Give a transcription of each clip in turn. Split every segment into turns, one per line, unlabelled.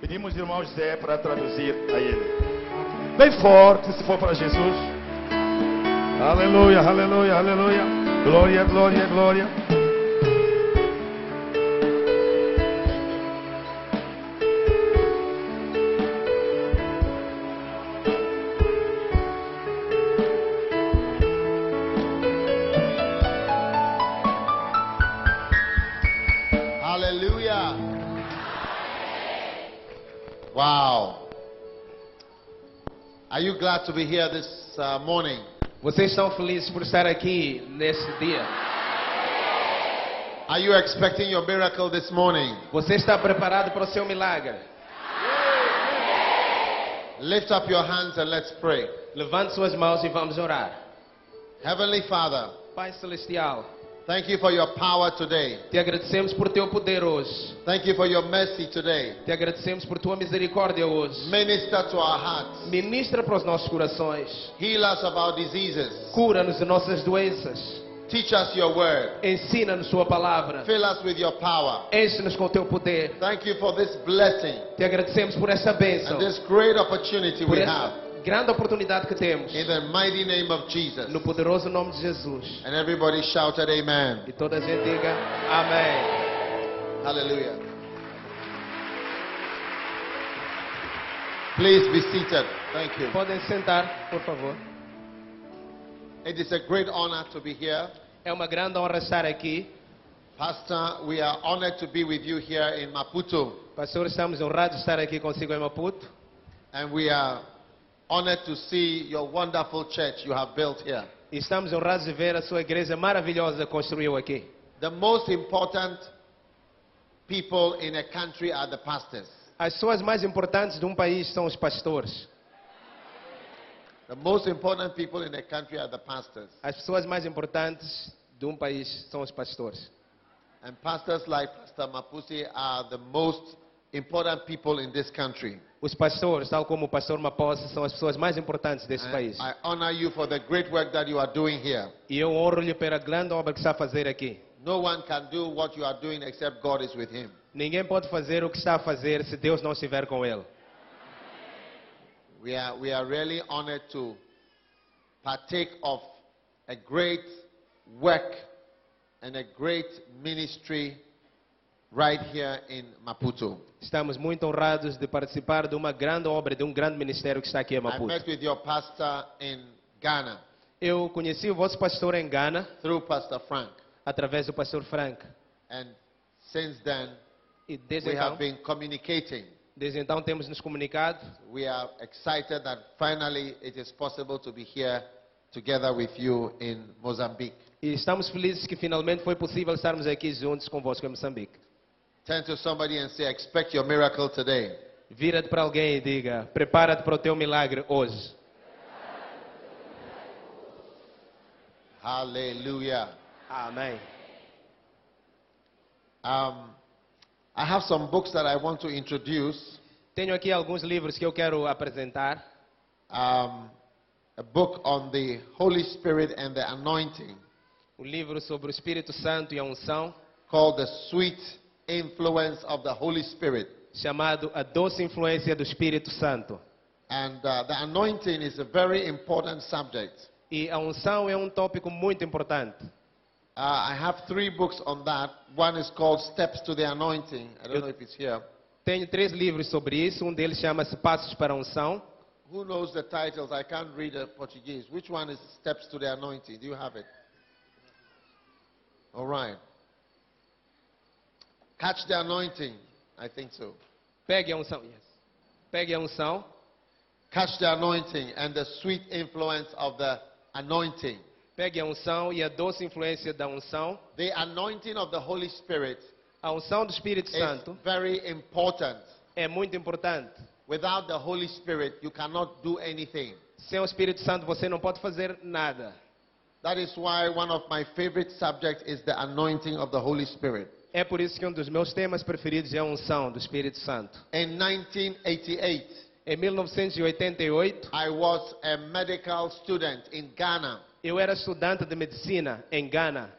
Pedimos irmão José para traduzir a ele. Bem forte, se for para Jesus. Aleluia, aleluia, aleluia. Glória, glória, glória.
Hallelujah. Wow. Are you glad to be here this uh, morning?
Vocês estão felizes por estar aqui nesse dia?
Are you expecting your miracle this morning?
Você está preparado para o seu milagre?
Lift up your hands and let's pray.
Levante suas mãos e vamos orar.
Heavenly Father,
Pai Celestial,
thank you for your power today.
te agradecemos por teu poder hoje.
Thank you for your mercy today.
Te agradecemos por tua misericórdia hoje.
Minister to our hearts.
Ministra para os nossos corações.
Heal us of our diseases.
Cura-nos de nossas doenças.
Teach us your word.
Ensina-nos sua palavra.
Fill us with your power.
Enche-nos com teu poder.
Thank you for this blessing
Te agradecemos por essa bênção.
and this great opportunity
Por
we
essa
have.
grande oportunidade que temos.
In the mighty name of Jesus.
No poderoso nome de Jesus.
And everybody shouted, Amen.
E toda a gente diga amém.
Hallelujah. Please be seated. Thank you.
Podem sentar, por favor.
It is a great honor to be here.
É uma grande honra estar aqui.
Pastor, we are honored to be with you here in Maputo.
Pastor, estamos honrados de estar aqui consigo em Maputo.
And we are honored to see your wonderful church you have built here.
E estamos honrados de ver a sua igreja maravilhosa que construiu aqui.
The most important people in a country are the pastors.
As pessoas mais importantes de um país são os pastores.
The most important people in a country are the pastors.
As pessoas mais importantes de um país são os pastores.
And pastors like Pastor Mapusi are the most important people in this country.
Os pastores, tal como o pastor Maposa, são as pessoas mais importantes desse
And
país.
I honor you for the great work that you are doing here.
E eu honro-lhe pela grande obra que está a fazer aqui.
No one can do what you are doing except God is with him.
Ninguém pode fazer o que está a fazer se Deus não estiver com ele.
We are, we are really honored to partake of a great work and a great ministry right here in Maputo.
Estamos muito honrados de participar de uma grande obra, de um grande ministério que está aqui em
I met
Maputo.
with your pastor in Ghana
Eu conheci o vosso pastor em Ghana,
through Pastor Frank.
através do pastor Frank.
And since then,
E desde
we
então,
have been communicating.
desde então temos nos comunicado.
We are excited that finally it is possible to be here together with you in Mozambique.
E estamos felizes que finalmente foi possível estarmos aqui juntos convosco em Moçambique.
Turn to somebody and say, Expect your miracle today.
Vira-te para alguém e diga: prepara-te para o teu milagre hoje.
Hallelujah.
Amém.
Um, I have some books that I want to introduce.
Tenho aqui alguns livros que eu quero apresentar.
Um, a book on the Holy Spirit and the anointing
Um livro sobre o Espírito Santo e a unção,
called The Sweet Influence of the Holy Spirit.
chamado A Doce Influência do Espírito Santo.
And uh, the anointing is a very important subject.
E a unção é um tópico muito importante.
Uh, I have three books on that. One is called Steps to the Anointing. I don't know if it's here.
Tenho três livros sobre isso. Um deles chama-se Passos para a Unção.
Who knows the titles? I can't read the Portuguese. Which one is Steps to the Anointing? Do you have it? All right. Catch the Anointing. I think so.
Pegue a unção. Yes. Pegue a unção.
Catch the Anointing and the sweet influence of the anointing.
Pegue a unção e a doce influência da unção.
The anointing of the Holy Spirit
A unção do Espírito
is
Santo
very important.
é muito importante.
Without the Holy Spirit, you cannot do anything.
Sem o Espírito Santo você não pode fazer nada.
That is why one of my favorite subjects is the anointing of the Holy Spirit.
É por isso que um dos meus temas preferidos é a unção do Espírito Santo.
In 1988,
Em 1988,
I was a medical student in Ghana.
eu era estudante de medicina em Ghana.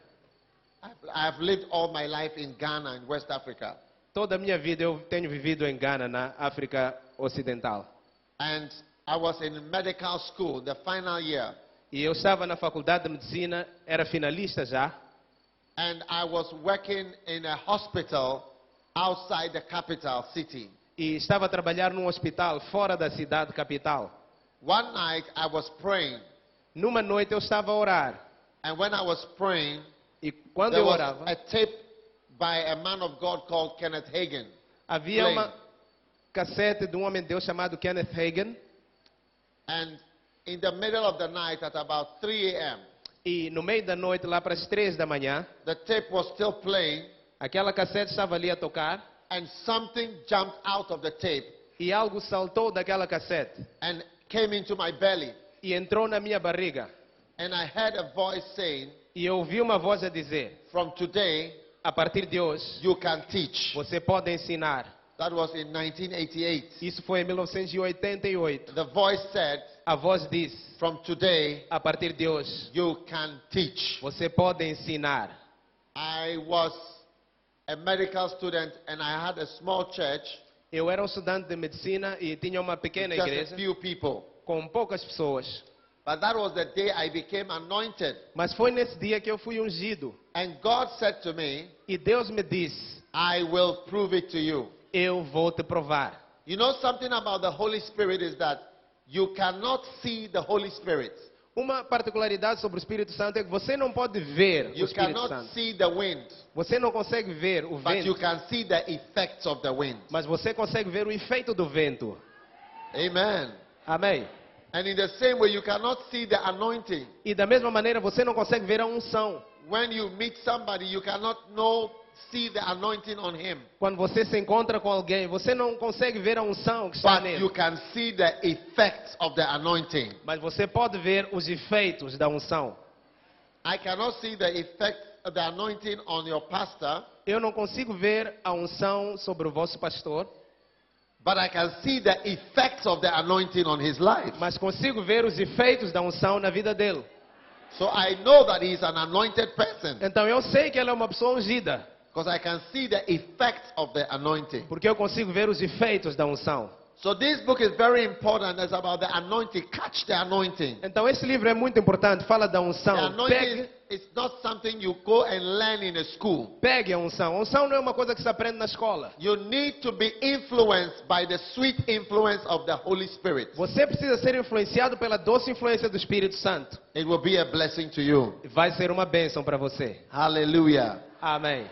I've- I've lived all my life in Ghana, in West Africa.
Toda a minha vida eu tenho vivido em Ghana, na África Ocidental.
And I was in medical school the final year.
E eu estava na faculdade de medicina, era finalista já,
And I was working in a hospital outside the capital city.
e estava a trabalhar num hospital fora da cidade capital.
One night I was praying.
Numa noite eu estava a orar,
And when I was praying,
e quando
there
eu
was
orava,
a tape by a man of God called Kenneth Hagin.
havia
plane.
uma cassete de um homem de Deus chamado Kenneth Hagin,
And in the middle of the night at about 3 a.m.,
e no meio da noite, lá para as três da manhã,
the tape was still playing
aquela cassete estava ali a tocar,
and something jumped out of the tape
e algo saltou daquela cassete,
and came into my belly.
e entrou na minha barriga,
And I heard a voice saying,
e eu ouvi uma voz a dizer,
From today,
a partir de hoje,
you can teach.
você pode ensinar.
That was in 1988.
Isso foi em 1988.
The voice said,
A voz disse:
From today,
a partir de hoje,
you can teach.
você pode ensinar.
I was a medical student and I had a small church,
Eu era um estudante de medicina e tinha uma pequena
just
igreja
a few people.
com poucas pessoas.
But that was the day I became anointed.
Mas foi nesse dia que eu fui ungido.
And God said to me,
E Deus me disse:
I will prove it to you.
Eu vou te provar.
You know something about the Holy Spirit is that you cannot see the Holy Spirit.
Uma particularidade sobre o Espírito Santo é que você não pode ver o
You
Espírito
cannot
Santo.
see the wind,
Você não consegue ver o
but you
vento,
can see the effects of the wind.
mas você consegue ver o efeito do vento.
Amen.
Amém.
And in the same way, you cannot see the anointing.
E da mesma maneira, você não consegue ver a unção.
When you meet somebody, you cannot know, see the anointing on him,
Quando você se encontra com alguém, você não consegue ver a unção que está
but you
nele,
can see the effects of the anointing.
mas você pode ver os efeitos da unção.
I cannot see the effect of the anointing on your pastor,
Eu não consigo ver a unção sobre o vosso pastor,
but I can see the effects of the anointing on his life.
mas consigo ver os efeitos da unção na vida dele.
So I know that he's an anointed person
Então eu sei que ele é uma pessoa ungida,
because I can see the effects of the anointing.
porque eu consigo ver os efeitos da unção.
So this book is very important. It's about the anointing. Catch the anointing.
Então esse livro é muito importante, fala da
The
unção.
anointing
Pegue,
is not something you go and learn in a school.
pegue a unção. A unção não é uma coisa que se aprende na escola.
You need to be influenced by the sweet influence of the Holy Spirit.
Você precisa ser influenciado pela doce influência do Espírito Santo.
It will be a blessing to you.
Vai ser uma bênção para você.
Hallelujah.
Amém.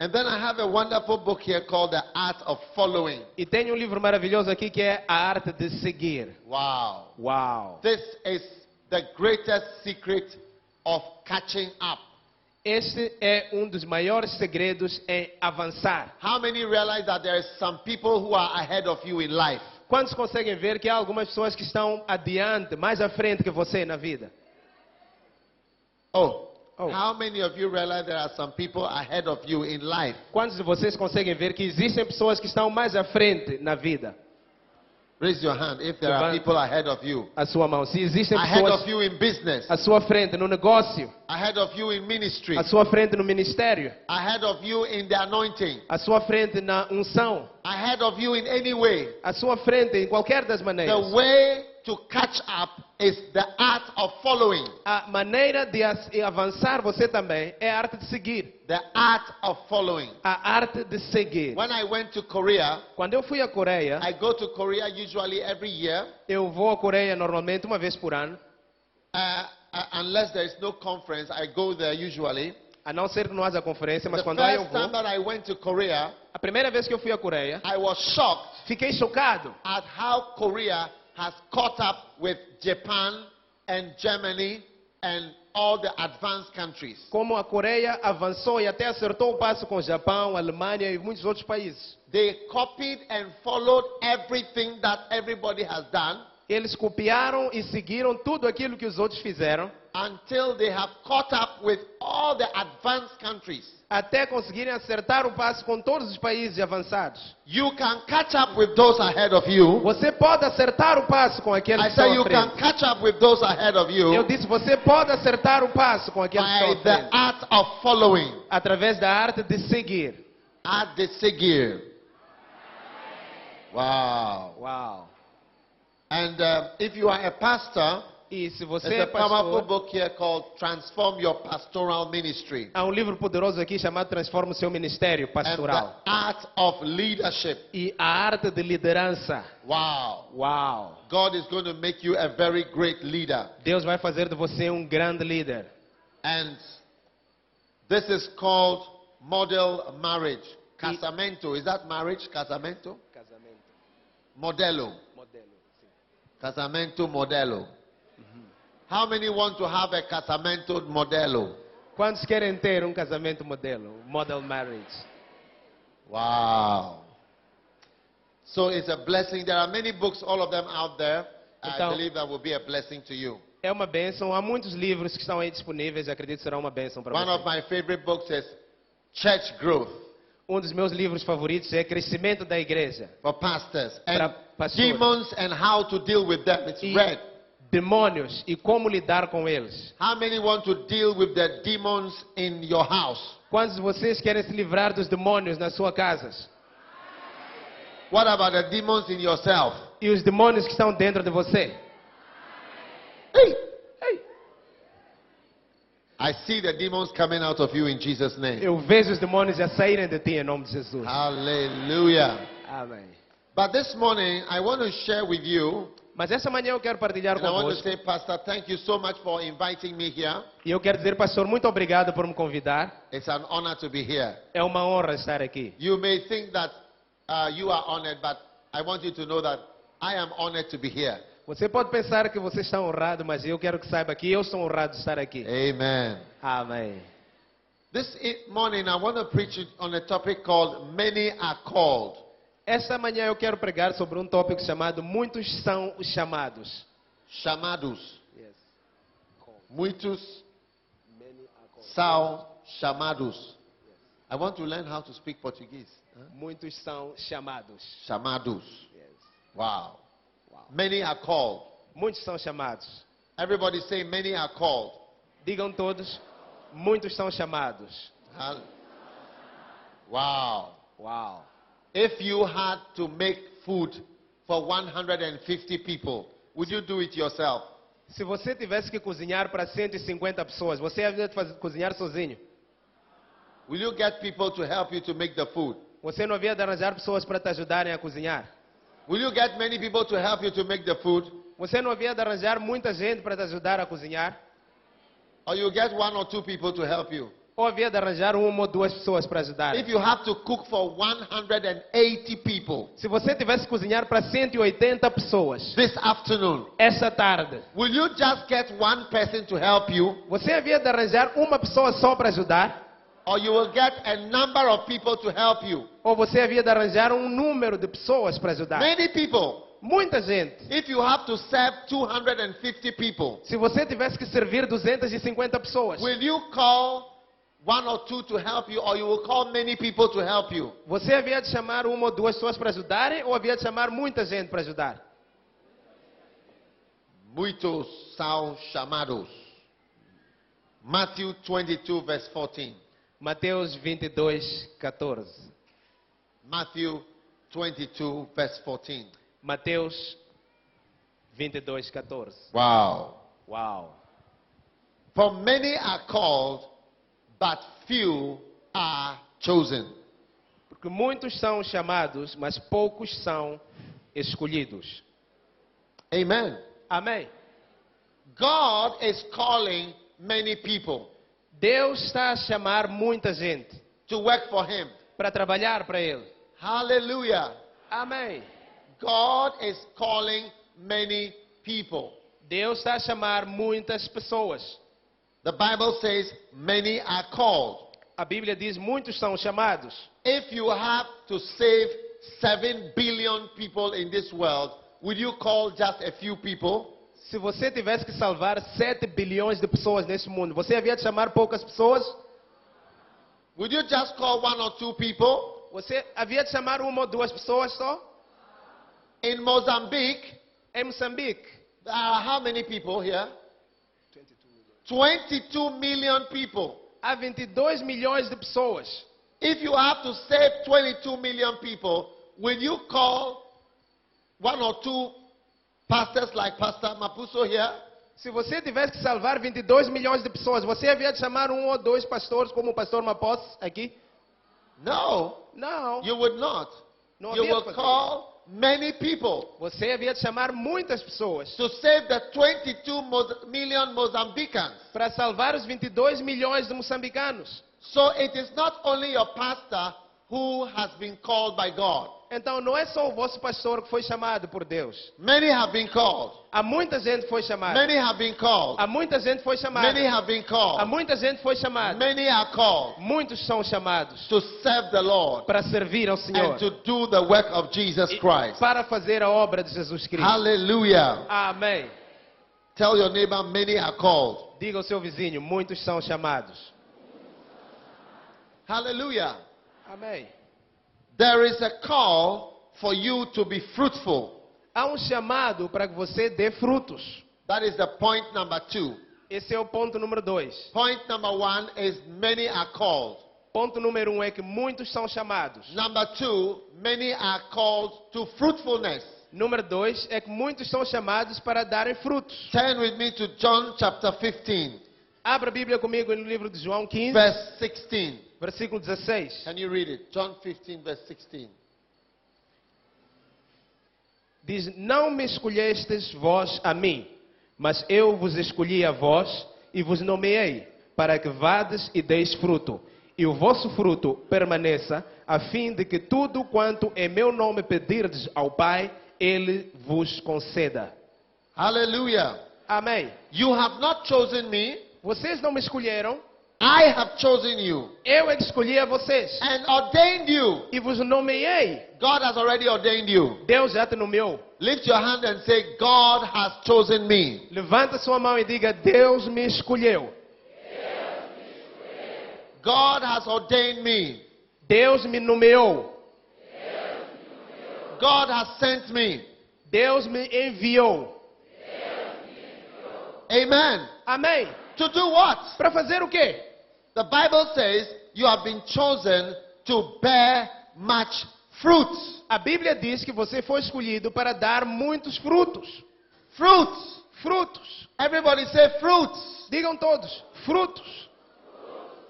And then I have a wonderful book here called The Art of Following.
E tem um livro maravilhoso aqui que é A Arte de Seguir.
Wow.
Uau!
This is the greatest secret of catching up.
Este é um dos maiores segredos em avançar.
How many realize that there is some people who are ahead of you in life?
Quantos conseguem ver que há algumas pessoas que estão adiante, mais à frente que você na vida?
Oh.
Oh.
How many of you realize there are some people ahead of you in life?
Quantos de vocês conseguem ver que existem pessoas que estão mais à frente na vida?
Raise your hand if there are
Levanta.
people ahead of you.
A sua mão. Se existem
Ahead
pessoas
of you in business,
à sua frente no negócio,
ahead of you in ministry,
à sua frente no ministério,
ahead of you in the anointing,
à sua frente na unção,
ahead of you in any way.
à sua frente em qualquer das maneiras.
The way to catch up is the art of following.
A maneira de as- e avançar você também é a arte de seguir.
The art of following.
A arte de seguir.
When I went to Korea,
Quando eu fui à Coreia,
I go to Korea usually every year,
eu vou à Coreia normalmente uma vez por ano,
uh, uh, unless there is no conference. I go there usually.
a não ser que não haja conferência, mas
The
quando há eu
first
vou.
time that I went to Korea,
A primeira vez que eu fui à Coreia,
I was shocked
fiquei chocado
at how Korea has caught up with Japan and Germany and all the advanced countries.
como a Coreia avançou e até acertou o passo com o Japão, Alemanha e muitos outros países.
They copied and followed everything that everybody has done
Eles copiaram e seguiram tudo aquilo que os outros fizeram,
until they have caught up with all the advanced countries.
até conseguirem acertar o passo com todos os países avançados.
You can catch up with those ahead of you.
Você pode acertar o passo com aqueles
I
que estão
say
à
you
frente.
can catch up with those ahead of
Eu
you
disse, você pode acertar o passo com aqueles que
by
estão à
the
frente,
art of following.
através da arte de seguir.
Adesegir. Wow.
Uau.
And uh, if you are a pastor,
E se você é
there's a powerful
pastor,
book here called Transform Your Pastoral Ministry.
há um livro poderoso aqui chamado Transforma o Seu Ministério Pastoral.
And the art of leadership.
É E a arte de liderança.
Wow.
Uau.
God is going to make you a very great leader.
Deus vai fazer de você um grande líder.
And this is called model marriage. Casamento. Is that marriage? Casamento?
Casamento,
Modelo.
modelo. Sim.
Casamento modelo. How many want to have a casamento modelo?
Quantos querem ter um casamento modelo? Model marriage.
Wow. So it's a blessing. There are many books, all of them out there. I
Então-
believe that will be a blessing to you.
É uma bênção. Há muitos livros que estão aí disponíveis. Acredito que será uma bênção para
One of
você.
my favorite books is Church Growth
Um dos meus livros favoritos é Crescimento da Igreja.
for Pastors and
Para pastores.
Demons and How to Deal with Them. It's
E
red.
demônios e como lidar com eles.
How many want to deal with the demons in your house?
Quantos de vocês querem se livrar dos demônios nas suas casas?
What about the demons in yourself?
E os demônios que estão dentro de você?
Hey, hey. I see the demons coming out of you in Jesus' name.
Eu vejo os demônios a saírem de ti em nome de Jesus.
Hallelujah.
Amém.
But this morning, I want to share with you,
Mas essa manhã eu quero partilhar
and I want to
convosco.
say, Pastor, thank you so much for inviting me here.
E eu quero dizer, pastor, muito obrigado por me convidar.
It's an honor to be here.
É uma honra estar aqui.
You may think that uh, you are honored, but I want you to know that I am honored to be here.
Você pode pensar que você está honrado, mas eu quero que saiba que eu sou honrado de estar aqui.
Amen.
Amém.
This i- morning, I want to preach it on a topic called Many Are Called.
Esta manhã eu quero pregar sobre um tópico chamado Muitos são os chamados.
Chamados. Muitos são chamados. I want to learn how to speak Portuguese. huh?
Muitos são chamados.
Chamados. Wow. Many are called.
Muitos são chamados.
Everybody say, many are called.
Digam todos, muitos são chamados.
Huh? Wow.
Uau.
If you had to make food for 150 people, would you do it yourself?
Se você tivesse que cozinhar para 150 pessoas, você ia fazer- cozinhar sozinho?
Will you get people to help you to make the food?
Você não havia de arranjar pessoas para te ajudarem a cozinhar?
Will you get many people to help you to make the food?
Você não havia de arranjar muita gente para te ajudar a cozinhar?
Or you get one or two people to help you?
Ou havia de arranjar uma ou duas pessoas para ajudar?
If you have to cook for 180 people
Se você tivesse que cozinhar para 180 pessoas
this afternoon,
essa tarde,
will you just get one person to help you?
você havia de arranjar uma pessoa só para ajudar?
Or you will get a number of people to help you?
Ou você havia de arranjar um número de pessoas para ajudar?
Many people.
Muita gente.
If you have to serve 250 people,
Se você tivesse que servir 250 pessoas,
Will you call one or two to help you, or you will call many people to help you?
você havia de chamar uma ou duas pessoas para ajudarem ou havia de chamar muita gente para ajudar?
Muitos são chamados. Matthew 22, verse 14.
Mateus 22, 14.
Matthew 22, verse 14.
Mateus 22, 14.
Wow.
Uau.
For many are called, but few are chosen.
Porque muitos são chamados, mas poucos são escolhidos.
Amen.
Amém.
God is calling many people
Deus está a chamar muita gente
to work for Him.
para trabalhar para Ele.
Hallelujah.
Amém.
God is calling many people.
Deus está a chamar muitas pessoas.
The Bible says many are called.
A Bíblia diz: muitos são chamados.
If you have to save 7 billion people in this world, would you call just a few people?
Se você tivesse que salvar 7 bilhões de pessoas neste mundo, você havia de chamar poucas pessoas?
Would you just call one or two people?
Você havia de chamar uma ou duas pessoas só?
In Mozambique,
Em Moçambique,
there are how many people here? 22 million people.
há 22 milhões de pessoas.
If you have to save 22 million people, will you call one or two pastors like Pastor Mapuso here?
Se você tivesse que salvar 22 milhões de pessoas, você havia de chamar um ou dois pastores, como o pastor Mapos aqui?
No,
Não.
you would not.
No,
you
yes,
will
Pastor.
call many people
Você havia de chamar muitas pessoas
to save the 22 Moz- million Mozambicans.
para salvar os 22 milhões de moçambicanos.
So it is not only your pastor who has been called by God.
Então não é só o vosso pastor que foi chamado por Deus.
Many have been called.
Há muita gente foi chamada.
Many have been called.
Há muita gente foi chamada.
Many have been
Há
called.
muita gente foi chamada.
Many are called
Muitos são chamados
to serve the Lord
para servir ao Senhor,
and to do the work of Jesus Christ.
para fazer a obra de Jesus Cristo.
Hallelujah.
Amém.
Tell your neighbor, many are called.
Diga ao seu vizinho, muitos são chamados.
Hallelujah.
Amém.
There is a call for you to be fruitful.
Há um chamado para que você dê frutos.
That is the point number two.
Esse é o ponto número dois.
Point number one is many are called.
Ponto número um é que muitos são chamados.
Number two, many are called to fruitfulness.
Número dois é que muitos são chamados para darem frutos.
Turn with me to John chapter 15,
Abra a Bíblia comigo no livro de João 15,
verse 16.
versículo 16.
Can you read it? John 15, verse 16.
Diz: Não me escolhestes vós a mim, mas eu vos escolhi a vós e vos nomeei, para que vades e deis fruto, e o vosso fruto permaneça, a fim de que tudo quanto em meu nome pedirdes ao Pai, ele vos conceda.
Hallelujah.
Amém.
You have not chosen me,
Vocês não me escolheram,
I have chosen you
eu é que escolhi a vocês
and ordained you.
e vos nomeei.
God has already ordained you.
Deus já te nomeou.
Lift your hand and say, God has chosen me.
Levanta sua mão e diga: Deus me escolheu.
God has ordained me.
Deus me nomeou.
God has sent me.
Deus me enviou.
Amen.
Amém.
To do what?
Para fazer o quê?
The Bible says you have been chosen to bear much fruit.
A Bíblia diz que você foi escolhido para dar muitos frutos.
Fruit.
Frutos.
Everybody say fruits.
Digam todos, frutos.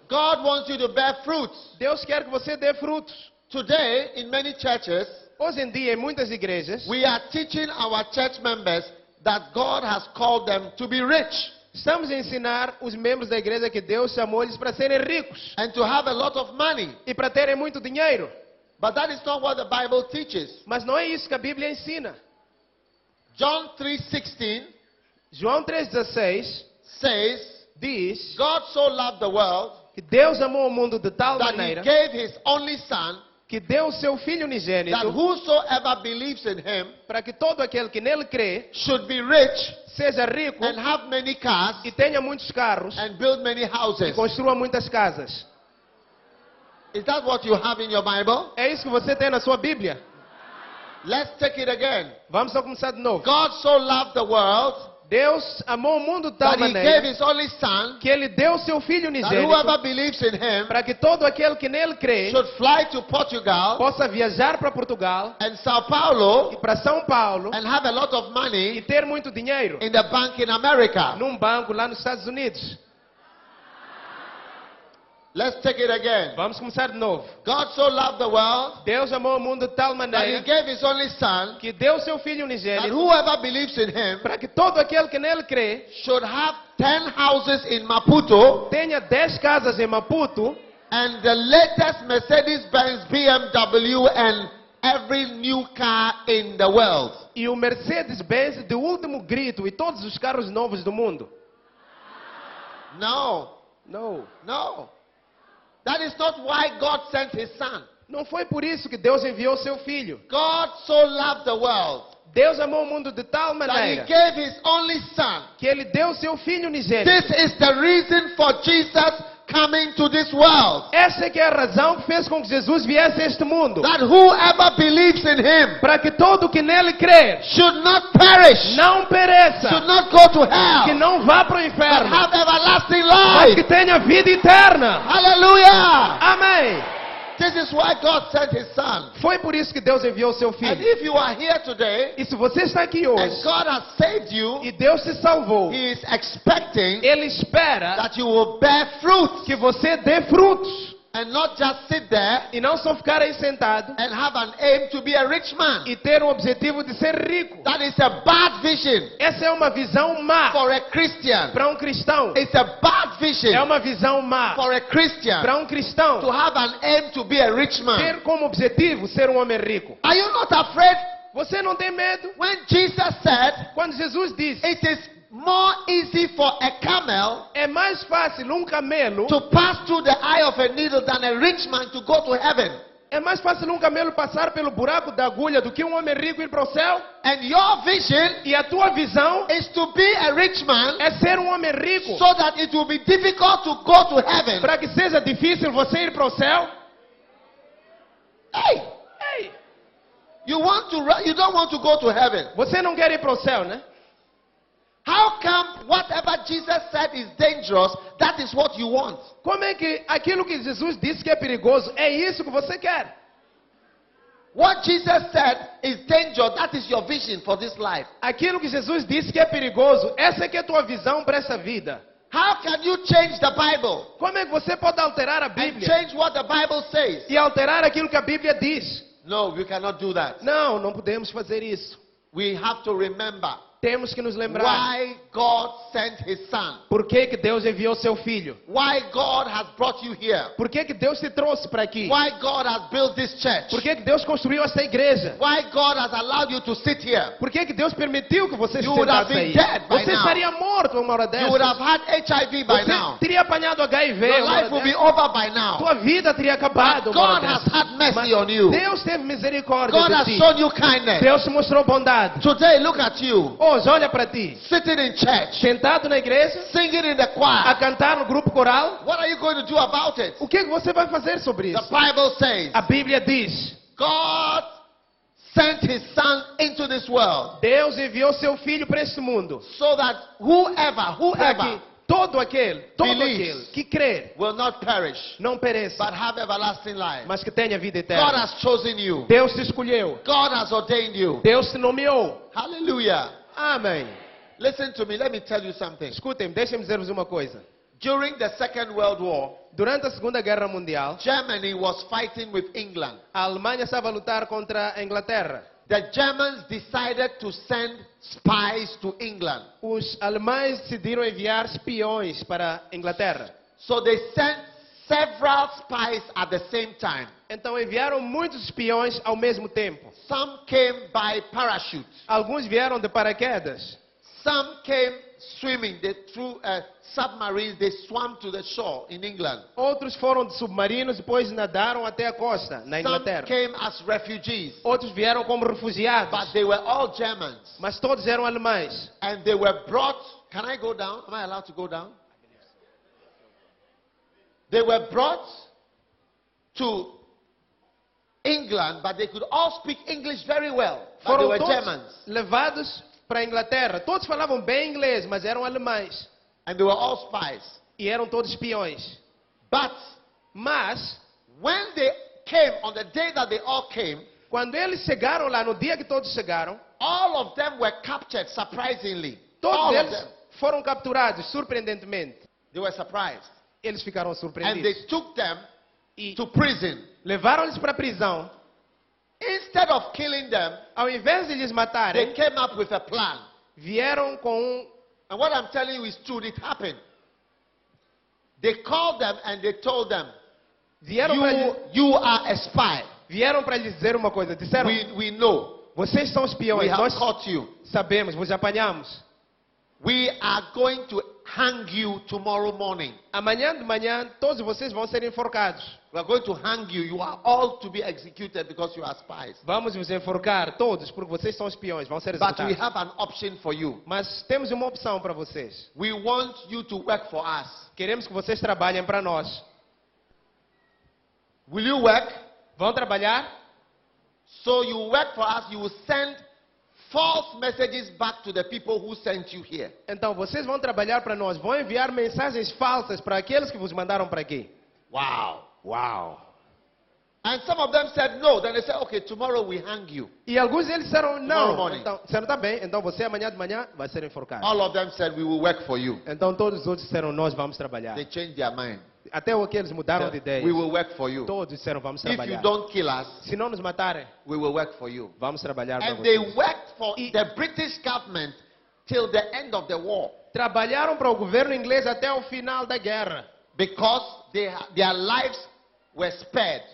God wants you to bear fruits.
Deus quer que você dê frutos.
Today, in many churches,
Hoje em dia, em muitas igrejas,
we are teaching our church members that God has called them to be rich
estamos a ensinar os membros da igreja que Deus chamou eles para serem ricos
and to have a lot of money.
e para terem muito dinheiro.
But that is not what the Bible teaches.
Mas não é isso que a Bíblia ensina.
John 3:16
João 3,16
says,
diz
God so loved the world
que Deus amou o mundo de tal
that he
maneira
gave his only son
que deu o seu
that
Filho unigênito
whosoever believes in him
para que todo aquele que nele crê
should be rich
seja rico
and have many cars
e tenha muitos carros
and build many
e
houses.
construa muitas casas.
Is that what you have in your Bible?
É isso que você tem na sua Bíblia.
Let's take it again.
Vamos só começar de novo.
God so loved the world
Deus amou o mundo de tal
that he gave
maneira
his only son
que ele deu o seu Filho
that
unigênito
whoever believes in him
para que todo aquele que nele crê
should fly to Portugal
possa viajar para Portugal
and Sao
e
Paulo
para São Paulo
and have a lot of
e
money
ter muito dinheiro
in the bank in America.
num banco lá nos Estados Unidos.
Let's take it again.
Vamos começar de novo.
God so loved the world
Deus amou o mundo de tal
that he
maneira
gave his only son
que deu o seu Filho
that
unigênito
whoever believes in him
para que todo aquele que nele crê
should have 10 houses in Maputo
tenha 10 casas em Maputo
and the latest Mercedes Benz, BMW, and every new car in the world.
e o Mercedes-Benz de último grito e todos os carros novos do mundo.
No,
Não.
no. That is not why God sent his son.
Não foi por isso que Deus enviou seu filho.
God so loved the world
Deus amou o mundo de tal
that he
maneira
gave his only son.
que ele deu seu filho unigênito.
This is the reason for Jesus coming to this world.
Essa é que é a razão que fez com que Jesus viesse a este mundo.
That whoever believes in him
Para que todo que nele crer
should not perish,
não
should
pereça,
not go to
que
hell,
não vá para o
but
inferno,
have everlasting
mas
life.
que tenha vida eterna.
Hallelujah!
Amém.
This is why God sent His Son.
Foi por isso que Deus enviou o seu
And
filho.
if you are here today
E se você está aqui
and
hoje
God has saved you,
e Deus te salvou,
He is expecting
Ele espera
that you will bear fruit
que você dê frutos
and not just sit there
e não só ficar aí sentado
and have an aim to be a rich man.
e ter o objetivo de ser rico.
That is a bad vision
Essa é uma visão má
for a Christian.
para um cristão.
It's a bad vision
É uma visão má
for a Christian
para um cristão
to have an aim to be a rich man.
ter como objetivo ser um homem rico.
Are you not afraid
Você não tem medo
when Jesus said,
quando Jesus disse:
It is more easy for a camel
é mais fácil um camelo
to pass through the eye of a needle than a rich man to go to heaven.
é mais fácil um camelo passar pelo buraco da agulha do que um homem rico ir para o céu?
And your vision
E a tua visão
is to be a rich man
é ser um homem rico
so that it will be difficult to go to heaven.
para que seja difícil você ir para o céu?
Hey,
Ei,
you want to ri- you don't want to go to heaven.
você não quer ir para o céu, né?
How come whatever Jesus said is dangerous, that is what you want?
Como é que aquilo que Jesus disse que é perigoso é isso que você quer?
What Jesus said is dangerous, that is your vision for this life.
Aquilo que Jesus disse que é perigoso, essa é que é a tua visão para essa vida.
How can you change the Bible
Como é que você pode alterar a
and
Bíblia
change what the Bible says?
e alterar aquilo que a Bíblia diz?
No, you cannot do that.
Não, não podemos fazer isso.
We have to remember
Temos que nos lembrar
why God sent his son.
por que, que Deus enviou seu filho.
Why God has brought you here.
Por que, que Deus te trouxe para aqui?
Why God has built this
Por
church.
que, que Deus construiu esta igreja?
Why God has allowed you to sit here.
Por que, que Deus permitiu que você se
You would have
sentasse
been
aí?
dead by
Você
now.
estaria morto uma hora
You would
dessa.
have had HIV by now.
Você teria apanhado HIV.
Your life
uma hora
will be
dessa.
over by now.
Tua vida teria acabado.
But
uma hora
God has
dessa.
had
Mas
mercy on you.
Deus teve misericórdia
God
de
has
ti.
shown you kindness.
Deus te mostrou bondade.
Today, look at you
Hoje, olha para ti.
sitting in church,
Sentado na igreja,
singing in the
a
choir.
cantar no grupo coral.
What are you going to do about it?
O que que você vai fazer sobre
The
isso?
Bible says
A Bíblia diz:
God sent his son into this world
Deus enviou seu filho para este mundo.
so that whoever,
Para que
whoever
todo aquele, todo
Believes.
aquele que crer
will not perish
não pereça,
but have everlasting life.
mas que tenha vida
God
eterna.
has chosen you.
Deus te escolheu.
God has ordained you.
Deus te nomeou.
Hallelujah.
Amém.
Listen to me. Let me tell you something.
Escutem, deixem-me dizer-vos uma coisa.
During the Second World War,
Durante a Segunda Guerra Mundial,
Germany was fighting with England.
a Alemanha estava a lutar contra a Inglaterra.
The Germans decided to send spies to England.
Os alemães decidiram enviar espiões para a Inglaterra.
So they sent several spies at the same time.
Então enviaram muitos espiões ao mesmo tempo.
Some came by parachute.
Alguns vieram de paraquedas.
Some came swimming. They through uh, submarines. They swam to the shore in England.
Outros foram de submarinos, depois nadaram até a costa,
Some
na Inglaterra.
came as refugees.
Outros vieram como
But
refugiados,
they were all Germans.
mas todos eram alemães.
And they were brought. Can I go down? Am I allowed to go down? They were brought to England, but they could all speak English very well. But they
Foram
were Germans.
todos levados para a Inglaterra. Todos falavam bem inglês, mas eram alemães.
And they were all spies.
E eram todos espiões.
But
Mas,
when they came, on the day that they all came,
quando eles chegaram lá, no dia que todos chegaram,
all of them were captured surprisingly.
todos
all of them.
eles foram capturados, surpreendentemente.
They were surprised.
Eles ficaram
And they
surpreendidos.
took them
E
to prison.
levaram-eles para a prisão.
Instead of killing them,
Ao invés de lhes
They
matarem,
came up with a plan.
vieram com um
And what I'm telling you is true. It happened. They called them and they told them,
Vieram para
You,
lhe-
you are a spy.
vieram para lhes dizer uma coisa. Disseram,
We, we know.
vocês são
We
espiões,
have
nós
caught you.
sabemos, vos apanhamos.
We are going to hang you tomorrow morning.
Amanhã de manhã, todos vocês vão ser enforcados.
We are going to hang you. You are all to be executed because you are spies.
Vamos vos enforcar, todos, porque vocês são espiões, vão ser
But we
executados.
have an option for you.
Mas temos uma opção para vocês.
We want you to work for us.
Queremos que vocês trabalhem para nós.
Will you work?
Vão trabalhar?
So you work for us. You will send false messages back to the people who sent you here.
Então vocês vão trabalhar para nós. Vão enviar mensagens falsas para aqueles que vos mandaram para aqui.
Wow. Wow. And some of them said no. Then they said, okay, tomorrow we hang you.
E alguns deles disseram,
Tomorrow
não,
morning.
então, disseram, tá bem, então você amanhã de manhã vai ser enforcado.
All of them said, we will work for you.
Então todos os outros disseram, nós vamos trabalhar.
They changed their mind.
Até aqueles mudaram de ideia.
We will work for you.
Todos disseram, vamos
If you
trabalhar.
don't kill us,
Se não nos matarem,
we will work for you.
vamos trabalhar para
And they
vocês.
worked for the British government till the end of the war
Trabalharam para o governo inglês até o final da guerra.
because they, ha- their lives were spared.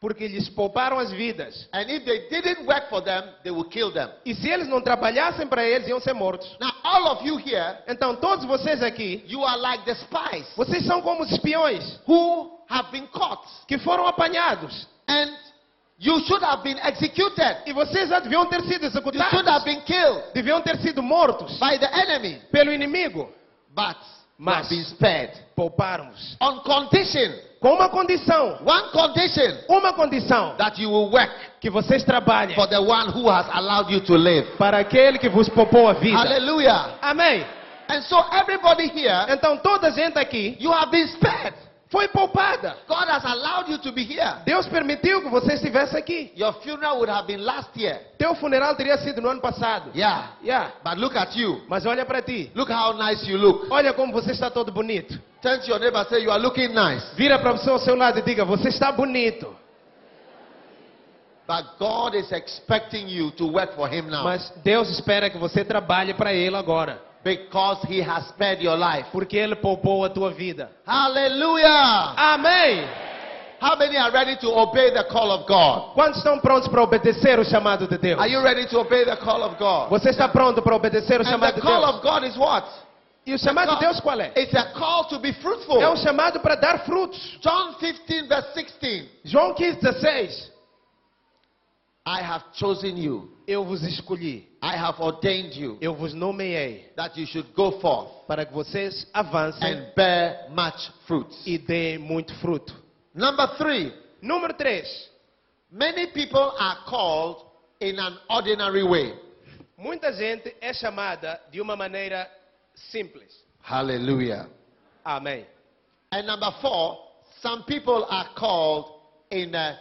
Porque lhes pouparam as vidas.
And if they didn't work for them, they will kill them.
E se eles não trabalhassem para eles, iam ser mortos.
Now, all of you here,
Então todos vocês aqui,
you are like the spies
vocês são como os espiões
who have been caught.
que foram apanhados.
And you should have been executed.
E vocês já deviam ter sido
You should have
executados.
been killed
Deviam ter sido mortos
by the enemy.
pelo inimigo.
But you
Mas-
have been spared.
Pouparam-nos.
On condition,
Com uma condição.
one condition,
Uma condição.
that you will work
Que vocês trabalhem
for the one who has allowed you to live.
para aquele que vos poupou a vida.
Hallelujah.
Amém.
And so everybody here,
Então toda a gente aqui
you have been spared.
foi poupada.
God has allowed you to be here.
Deus permitiu que você estivesse aqui.
Your funeral would have been last year.
Teu funeral teria sido no ano passado.
Yeah.
Yeah.
But look at you.
Mas olha para ti.
Look how nice you look.
Olha como você está todo bonito.
Turn to your neighbor say, You are looking nice.
Vira para a pessoa ao seu lado e diga: Você está bonito.
But God is expecting you to work for Him now.
Mas Deus espera que você trabalhe para Ele agora.
Because He has spared your life.
Porque Ele poupou a tua vida.
Hallelujah.
Amém.
How many are ready to obey the call of God?
Quantos estão prontos para obedecer o chamado de Deus?
Are you ready to obey the call of God?
Você está pronto para obedecer o
And
chamado
the
de
call
Deus?
of God is what?
E o chamado de Deus qual é?
It's a call to be
É um
fruitful.
chamado para dar frutos.
John 15, verse 16.
João 15, 16.
I have chosen you,
Eu vos escolhi,
I have ordained you,
eu vos nomeei,
that you should go forth
para que vocês avancem
and bear much fruit.
e deem muito fruto.
Number three,
Número 3.
many people are called in an ordinary way.
Muita gente é chamada de uma maneira simples.
Hallelujah.
Amém.
And number four, some people are called in a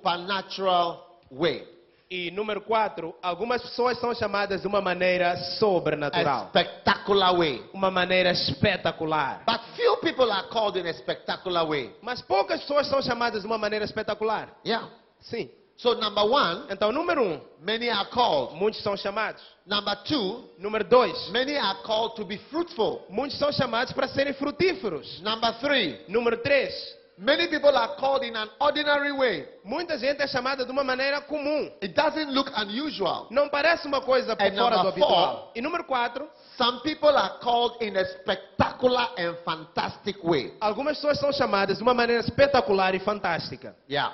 supernatural way.
E número 4, algumas pessoas são chamadas de uma maneira
A
sobrenatural,
spectacular way.
uma maneira espetacular.
But few people are called in a spectacular way.
Mas poucas pessoas são chamadas de uma maneira espetacular.
Yeah.
Sim.
So number one,
Então, número 1, um,
many are called.
muitos são chamados.
Number two,
Número 2,
many are called to be fruitful.
muitos são chamados para serem frutíferos.
Number three,
Número 3,
many people are called in an ordinary way.
muita gente é chamada de uma maneira comum.
It doesn't look unusual.
Não parece uma coisa por
É
fora do
number four.
habitual. E número 4,
Some people are called in a spectacular and fantastic way.
algumas pessoas são chamadas de uma maneira espetacular e fantástica.
Yeah.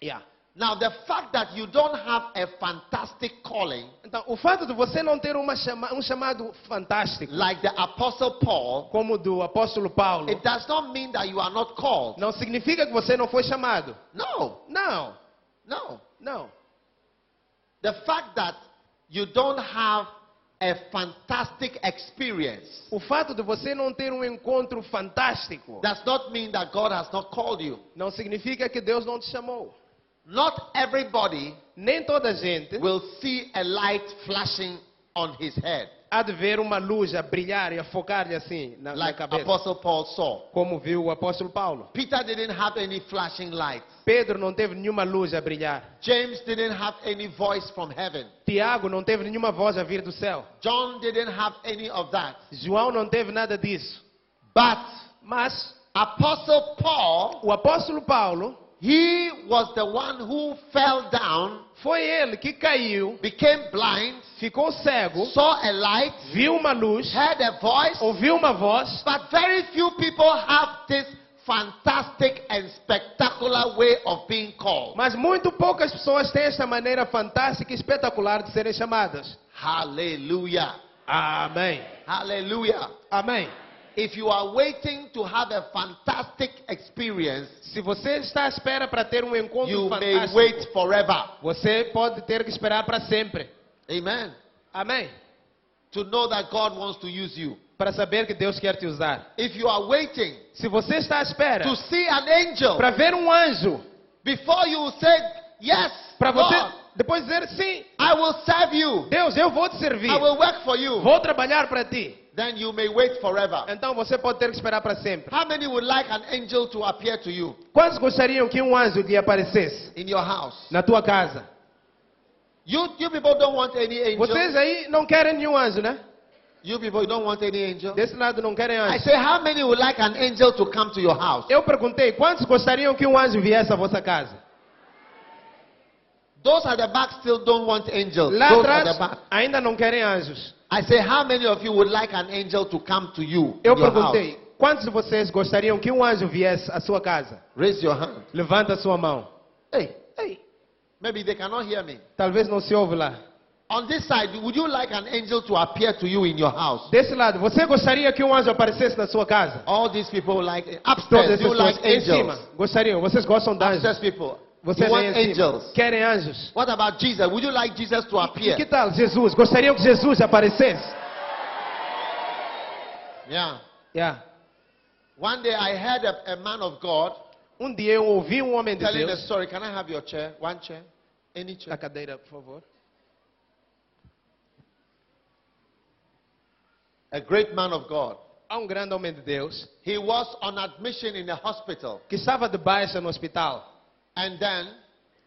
Yeah.
Now, the fact that you don't have a fantastic calling,
Então, o fato de você não ter uma chama- um chamado fantástico,
like the Apostle Paul,
como o do apóstolo Paulo,
it does not mean that you are not called.
não significa que você não foi chamado.
No,
Não,
no.
não.
The fact that you don't have a fantastic experience
O fato de você não ter um encontro fantástico
does not mean that God has not called you.
não significa que Deus não te chamou.
Not everybody
Nem toda gente
will see a light flashing on his head,
há de ver uma luz a brilhar e a focar-lhe assim na, na
like
cabeça,
Apostle Paul saw.
como viu o apóstolo Paulo.
Peter didn't have any flashing lights.
Pedro não teve nenhuma luz a brilhar.
James didn't have any voice from heaven.
Tiago não teve nenhuma voz a vir do céu.
John didn't have any of that.
João não teve nada disso.
But
Mas
Apostle Paul,
o apóstolo Paulo
he was the one who fell down,
Foi ele que caiu,
became blind,
ficou cego,
saw a light,
viu uma luz,
heard a voice,
ouviu uma voz,
But very few people have this fantastic and spectacular way of being called.
mas muito poucas pessoas têm essa maneira fantástica e espetacular de serem chamadas.
Hallelujah.
Amém.
Hallelujah.
Amém.
If you are waiting to have a fantastic experience,
Se você está à espera para ter um encontro
you may
fantástico,
wait forever.
você pode ter que esperar para sempre.
Amen.
Amém.
To know that God wants to use you.
Para saber que Deus quer te usar.
If you are waiting
Se você está à espera
to see an angel,
para ver um anjo,
Before you say, Yes,
Para você
God,
depois dizer sim,
I will serve you,
Deus, eu vou te servir.
I will work for you,
Vou trabalhar para ti.
then you may wait forever.
Então você pode ter que esperar para sempre.
How many would like an angel to appear to you
Quantos gostariam que um anjo lhe aparecesse
in your house?
na tua casa?
You, you people don't want any
Vocês
angel.
aí não querem nenhum anjo, né?
You people don't want any angel.
Desse lado não querem
I
anjo.
say, how many would like an angel to come to your house?
Eu perguntei, quantos gostariam que um anjo viesse à vossa casa?
Those at the back still don't want angels.
Lá
Those at the
atrás
back.
ainda não querem anjos.
I say, how many of you would like an angel to come to you?
Eu
in your house?
perguntei, quantos de vocês gostariam que um anjo viesse à sua casa?
Raise your hand.
Levanta a sua mão.
Hey, hey. Maybe they cannot hear me.
Talvez não se ouve lá.
On this side, would you like an angel to appear to you in your house?
Desse lado, você gostaria que um anjo aparecesse na sua casa?
All these people like
Todas
upstairs.
essas
You like
pessoas em cima.
angels.
Gostariam. Vocês gostam de anjos.
Upstairs people. You
Vocês
want
aí em cima.
angels.
Querem anjos.
What about Jesus? Would you like Jesus to
E
appear?
que tal Jesus? Gostariam que Jesus aparecesse?
Yeah.
Yeah.
One day I heard a, a man of God
Um dia eu ouvi um homem de
telling a
Deus.
story. Can I have your chair? One chair? Any
A
chair?
cadeira, por favor.
A great man of God.
Há um grande homem de Deus
He was on admission in a hospital.
que estava de baixa no hospital
And then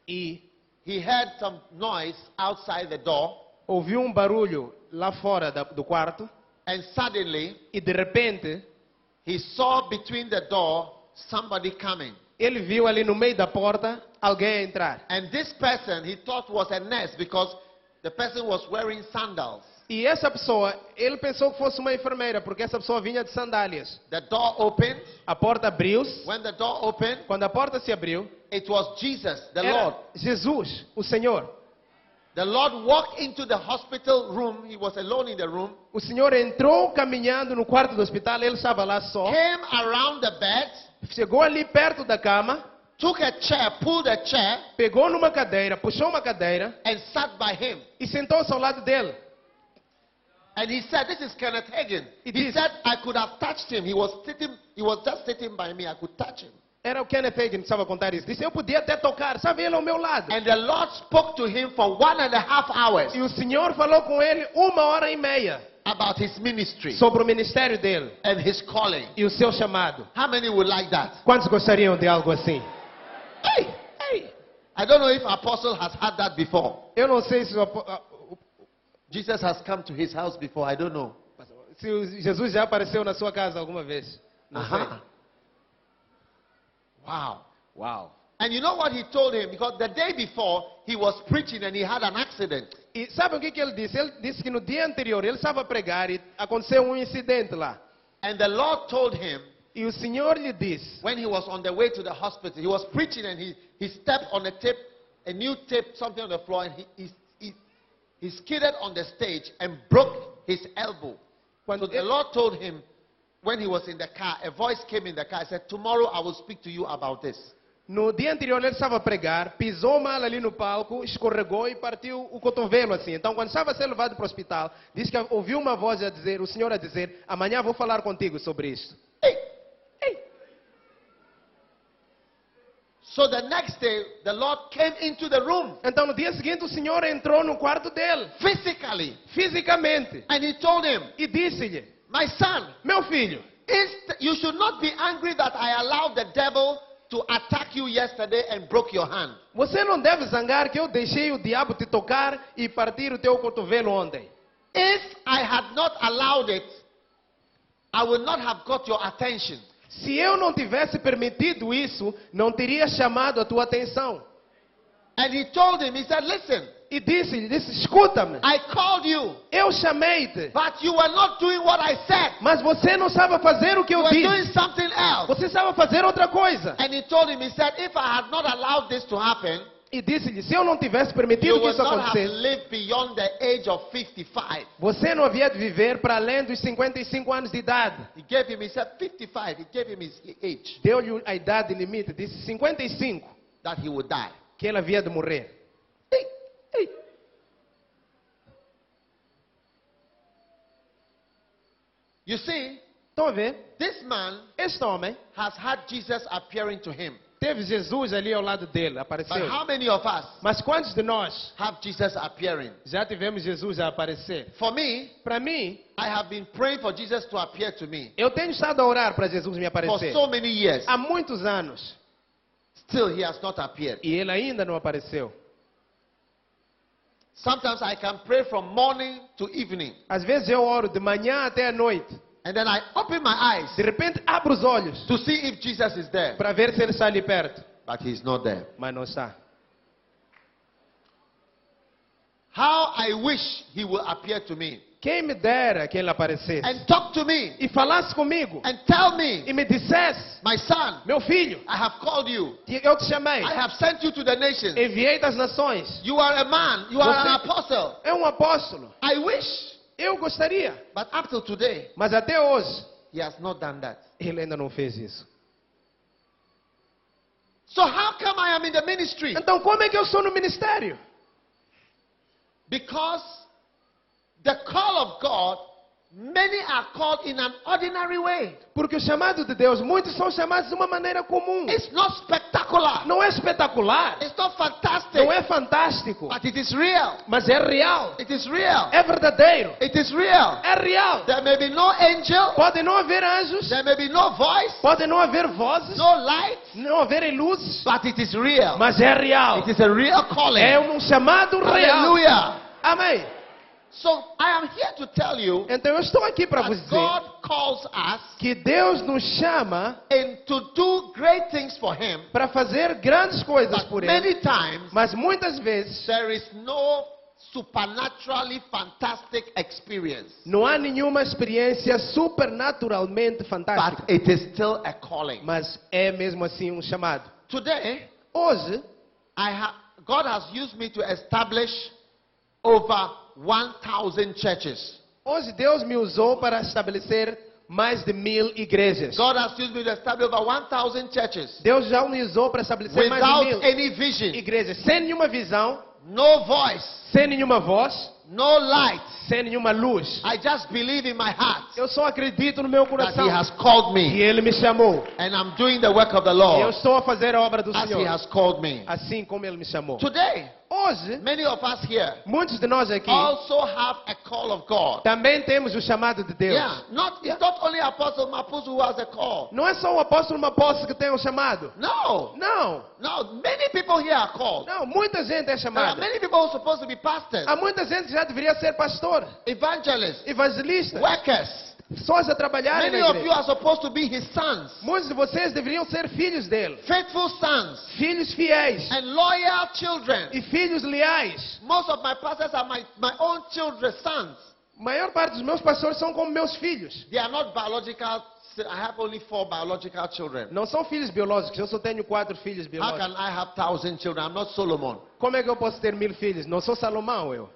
e
he heard some noise outside the door.
ouviu um barulho lá fora da- do quarto
And suddenly
e de repente
he saw between the door somebody coming.
ele viu ali no meio da porta alguém entrar.
And this person he thought was a nurse because the person was wearing sandals.
E essa pessoa, ele pensou que fosse uma enfermeira, porque essa pessoa vinha de sandálias.
The door opened.
A porta abriu-se.
When the door opened,
Quando a porta se abriu,
it was Jesus, the
era
Lord.
Jesus, o Senhor.
The Lord walked into the hospital room. He was alone in the room.
O Senhor entrou caminhando no quarto do hospital, ele estava lá só.
Came around the bed,
Chegou ali perto da cama,
took a chair, pulled a chair,
pegou numa cadeira, puxou uma cadeira
and sat by him.
e sentou-se ao lado dele.
And he said, This is Kenneth Hagin.
It
he
is.
said, I could have touched him. He was sitting, he was just sitting by me. I could touch him.
Era o Kenneth Hagin que estava a contar isso. Disse, eu podia até tocar, sabe, ele ao meu lado.
And the Lord spoke to him for one and a half hours
E o Senhor falou com ele uma hora e meia
about his ministry
sobre o ministério dele
and his calling.
e o seu chamado.
How many would like that?
Quantos gostariam de algo assim?
Hey, hey. I don't know if Apostle has had that before.
Eu não sei se o, apo- ah, o-
Jesus has come to his house before. I don't know.
se o Jesus já apareceu na sua casa alguma vez. Não
Uh-huh.
sei.
Wow.
Uau.
And you know what he told him? Because the day before, he was preaching and he had an accident.
E sabe o que, que ele disse? Ele disse que no dia anterior ele estava a pregar e aconteceu um incidente lá.
And the Lord told him,
E o Senhor lhe disse,
when he was on the way to the hospital, he was preaching and he, he stepped on a tape, a new tape, something on the floor, and he, he, he, he skidded on the stage and broke his elbow.
quando
So the Lord told him, when he was in the car, a voice came in the car. I said, Tomorrow I will speak to you about this.
No dia anterior ele estava a pregar, pisou mal ali no palco, escorregou e partiu o cotovelo assim. Então, quando estava a ser levado para o hospital, disse que ouviu uma voz a dizer, o senhor a dizer, amanhã vou falar contigo sobre isto.
Hey, hey. So the next day, the Lord came into the room
Então, no dia seguinte, o senhor entrou no quarto dele,
physically
fisicamente,
and he told him,
e disse-lhe,
My son,
meu filho,
inst- you should not be angry that I allowed the devil to attack you yesterday and broke your hand.
você não deve zangar que eu deixei o diabo te tocar e partir o teu cotovelo ontem.
If I had not allowed it, I would not have got your attention.
Se eu não tivesse permitido isso, não teria chamado a tua atenção.
And he told him, He said, Listen,
E disse-lhe, disse, escuta-me.
I called you,
Eu chamei-te,
but you were not doing what I said.
mas você não estava fazer o que
You
eu
were doing
disse.
something else.
Você estava fazer outra coisa.
And he told him, He said, If I had not allowed this to happen,
E disse-lhe: se eu não tivesse
you
permitido que
would
isso
not have
acontecesse,
lived beyond the age of 55.
você não havia de viver para além dos 55 anos de idade.
He gave him, he said, 55. He gave him his age
Deu-lhe a idade limite, disse 55,
that he would die.
que ele havia de morrer.
You see,
Estão a ver?
this man
Este homem
has had Jesus appearing to him.
Teve Jesus ali ao lado dele,
But
apareceu.
how many of us
Mas quantos de nós
have Jesus appearing?
já tivemos Jesus a aparecer?
For me,
Para mim,
I have been praying for Jesus to appear to me
eu tenho estado a orar para Jesus me
for
aparecer
so many years.
há muitos anos
Still, he has not appeared.
e ele ainda não apareceu.
Sometimes I can pray from morning to evening,
Às vezes eu oro de manhã até a noite.
and then I open my eyes
De repente abro os olhos
to see if Jesus is there,
para ver se ele está ali perto,
but he's not there.
mas não está.
How I wish he will appear to me
Quem me dera que ele aparecesse
and talk to me
e falasse comigo
and tell
e
me,
me dissesse:
my son,
Meu filho,
I have called you.
eu te chamei,
I have sent you to the nations.
enviei das nações,
You are a man. You are an
Você-
apostle.
é um apóstolo.
I wish,
Eu gostaria,
but up till today,
mas até hoje
he has not done that.
ele ainda não fez isso.
So how come I am in the ministry?
Então, como é que eu sou no ministério?
Because the call of God, many are called in an ordinary way.
Porque o chamado de Deus, muitos são chamados de uma maneira comum.
It's not spectacular.
Não é espetacular,
It's not fantastic.
não é fantástico,
But it is real.
mas é real,
It is real.
é verdadeiro,
It is real.
é real.
There may be no angel.
Podem não haver anjos,
There may be no voice.
podem não haver vozes,
No light.
não haverem luzes,
But it is real.
mas é real.
It is a real
É
calling.
um chamado real.
Hallelujah.
Amém.
So I am here to tell you
Então eu estou aqui para vos
that
dizer
God calls us
que Deus nos chama
and to do great things for Him.
para fazer grandes coisas
But
por Ele,
many times
mas muitas vezes
there is no supernaturally fantastic experience.
não há nenhuma experiência supernaturalmente
But
fantástica,
it is still a calling.
mas é mesmo assim um chamado.
Today,
Hoje,
I have God has used me to establish over 1,000 churches.
hoje Deus me usou para estabelecer mais de mil igrejas.
God has used me to establish over 1,000 churches
Deus já me usou para estabelecer mais de mil
without any vision,
igrejas, sem nenhuma visão,
no voice,
sem nenhuma voz,
no light.
sem nenhuma luz.
I just believe in my heart
Eu só acredito no meu
that
coração
He has called
que
me
Ele me chamou.
and I'm doing the work of the
Eu
Lord
estou a fazer a obra do
as He
Senhor,
has called me.
assim como Ele me chamou.
Today,
Hoje,
many of us here
muitos de nós aqui
also have a call of God.
também temos o chamado de
Yeah,
Deus.
not, it's not only Apostle Mapus who has a call.
Não é só o apóstolo uma apóstolo que tem o chamado.
No,
Não,
no, many people here are called.
não, muita gente é
There are
chamada.
many people who are supposed to be pastors,
Há muita gente que já deveria ser pastor,
evangelists,
evangelista,
workers.
pessoas a trabalhar
Many
na
of you
igreja.
are supposed to be his sons,
Muitos de vocês deveriam ser filhos dele,
faithful sons,
filhos fiéis
and loyal children.
e filhos leais.
Most of my pastors are my, my own children, sons.
A maior parte dos meus pastores são como meus filhos.
They are not biological. I have only four biological children.
Não são filhos biológicos, eu só tenho quatro filhos
How
biológicos.
can I have thousand children? I'm not Solomon.
Como é que eu posso ter mil filhos? Não sou Salomão, eu.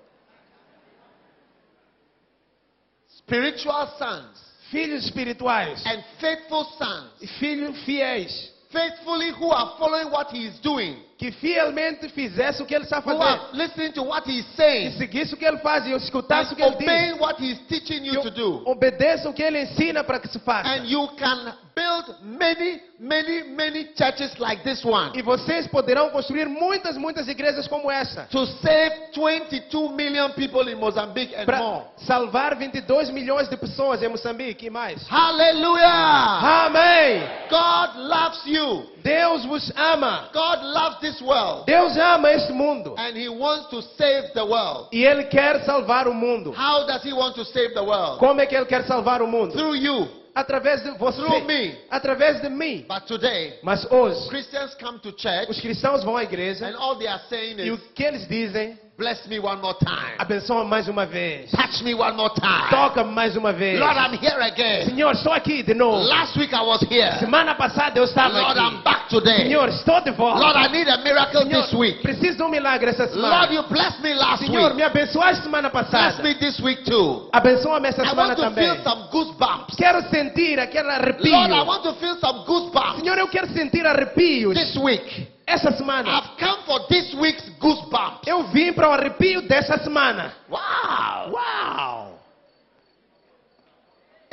Spiritual sons
Filhos espirituais
and faithful sons,
e filhos fiéis,
faithfully who are following what he is doing,
que fielmente fizesse o que ele está
who
fazendo,
are listening to what he is
e
saying,
seguisse o que ele faz, e eu escutasse o
and
que ele diz,
obeying what he is teaching
que
you to
eu
do.
obedeça o que ele ensina para que se
And
faça.
you can build many, many, many churches like this one
E vocês poderão construir muitas, muitas igrejas como essa,
to save 22 million people in Mozambique and more.
para salvar 22 milhões de pessoas em Moçambique e mais.
Hallelujah!
Amém!
God loves you.
Deus vos ama.
God loves this world
Deus ama este mundo
and He wants to save the world.
e Ele quer salvar o mundo.
How does He want to save the world?
Como é que Ele quer salvar o mundo?
Through you.
Através de você,
Through me.
através de mim.
But today,
Mas hoje,
Christians come to church
os cristãos vão à
and
igreja
all they are saying
e
is,
o que eles dizem?
Bless me one more time.
Abençoa mais uma vez,
Touch me one more time.
toca mais uma vez.
Ah. Lord, I'm here again.
Senhor, estou aqui de novo.
Last week I was here.
Semana passada eu estava
Lord, I'm
aqui.
back today.
Senhor, estou de
É. Lord,
volta.
I need a miracle
Senhor,
this week.
preciso de um milagre essa
Lord,
semana.
you blessed me last
Senhor, me
week.
abençoaste semana
Bless
passada.
me this week too.
Abençoa-me essa
I
semana
want to
também.
feel some goosebumps.
Quero sentir
Lord,
aquele
I
arrepio.
want to feel some goosebumps
Senhor, eu quero sentir arrepios
this week.
essa semana.
I've come for this week's goosebumps.
Eu vim para o arrepio dessa semana.
Wow.
Uau!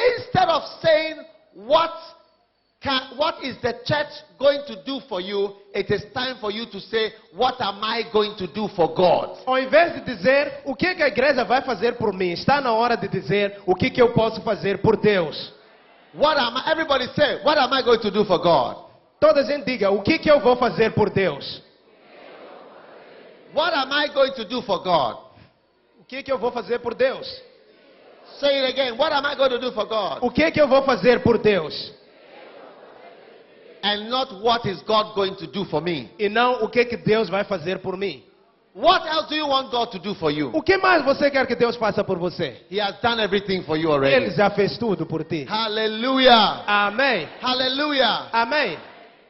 Instead of saying what Can, what is the church going to do for you? It is time for you to say, What am I going to do for God?
Ao invés de dizer o que, é que a igreja vai fazer por mim, está na hora de dizer o que, que eu posso fazer por Deus.
What am I? Everybody say, What am I going to do for God?
Toda gente diga o que, que eu vou fazer por Deus.
What am I going to do for God?
O que, que eu vou fazer por Deus?
Say it again. What am I going to do for God?
O que, que eu vou fazer por Deus?
And not what is God going to do for me?
E não o que, que Deus vai fazer por mim.
What else do you want God to do for you?
O que mais você quer que Deus faça por você?
He has done everything for you
Ele
already.
já fez tudo por ti.
Hallelujah.
Amém.
Hallelujah.
Amém.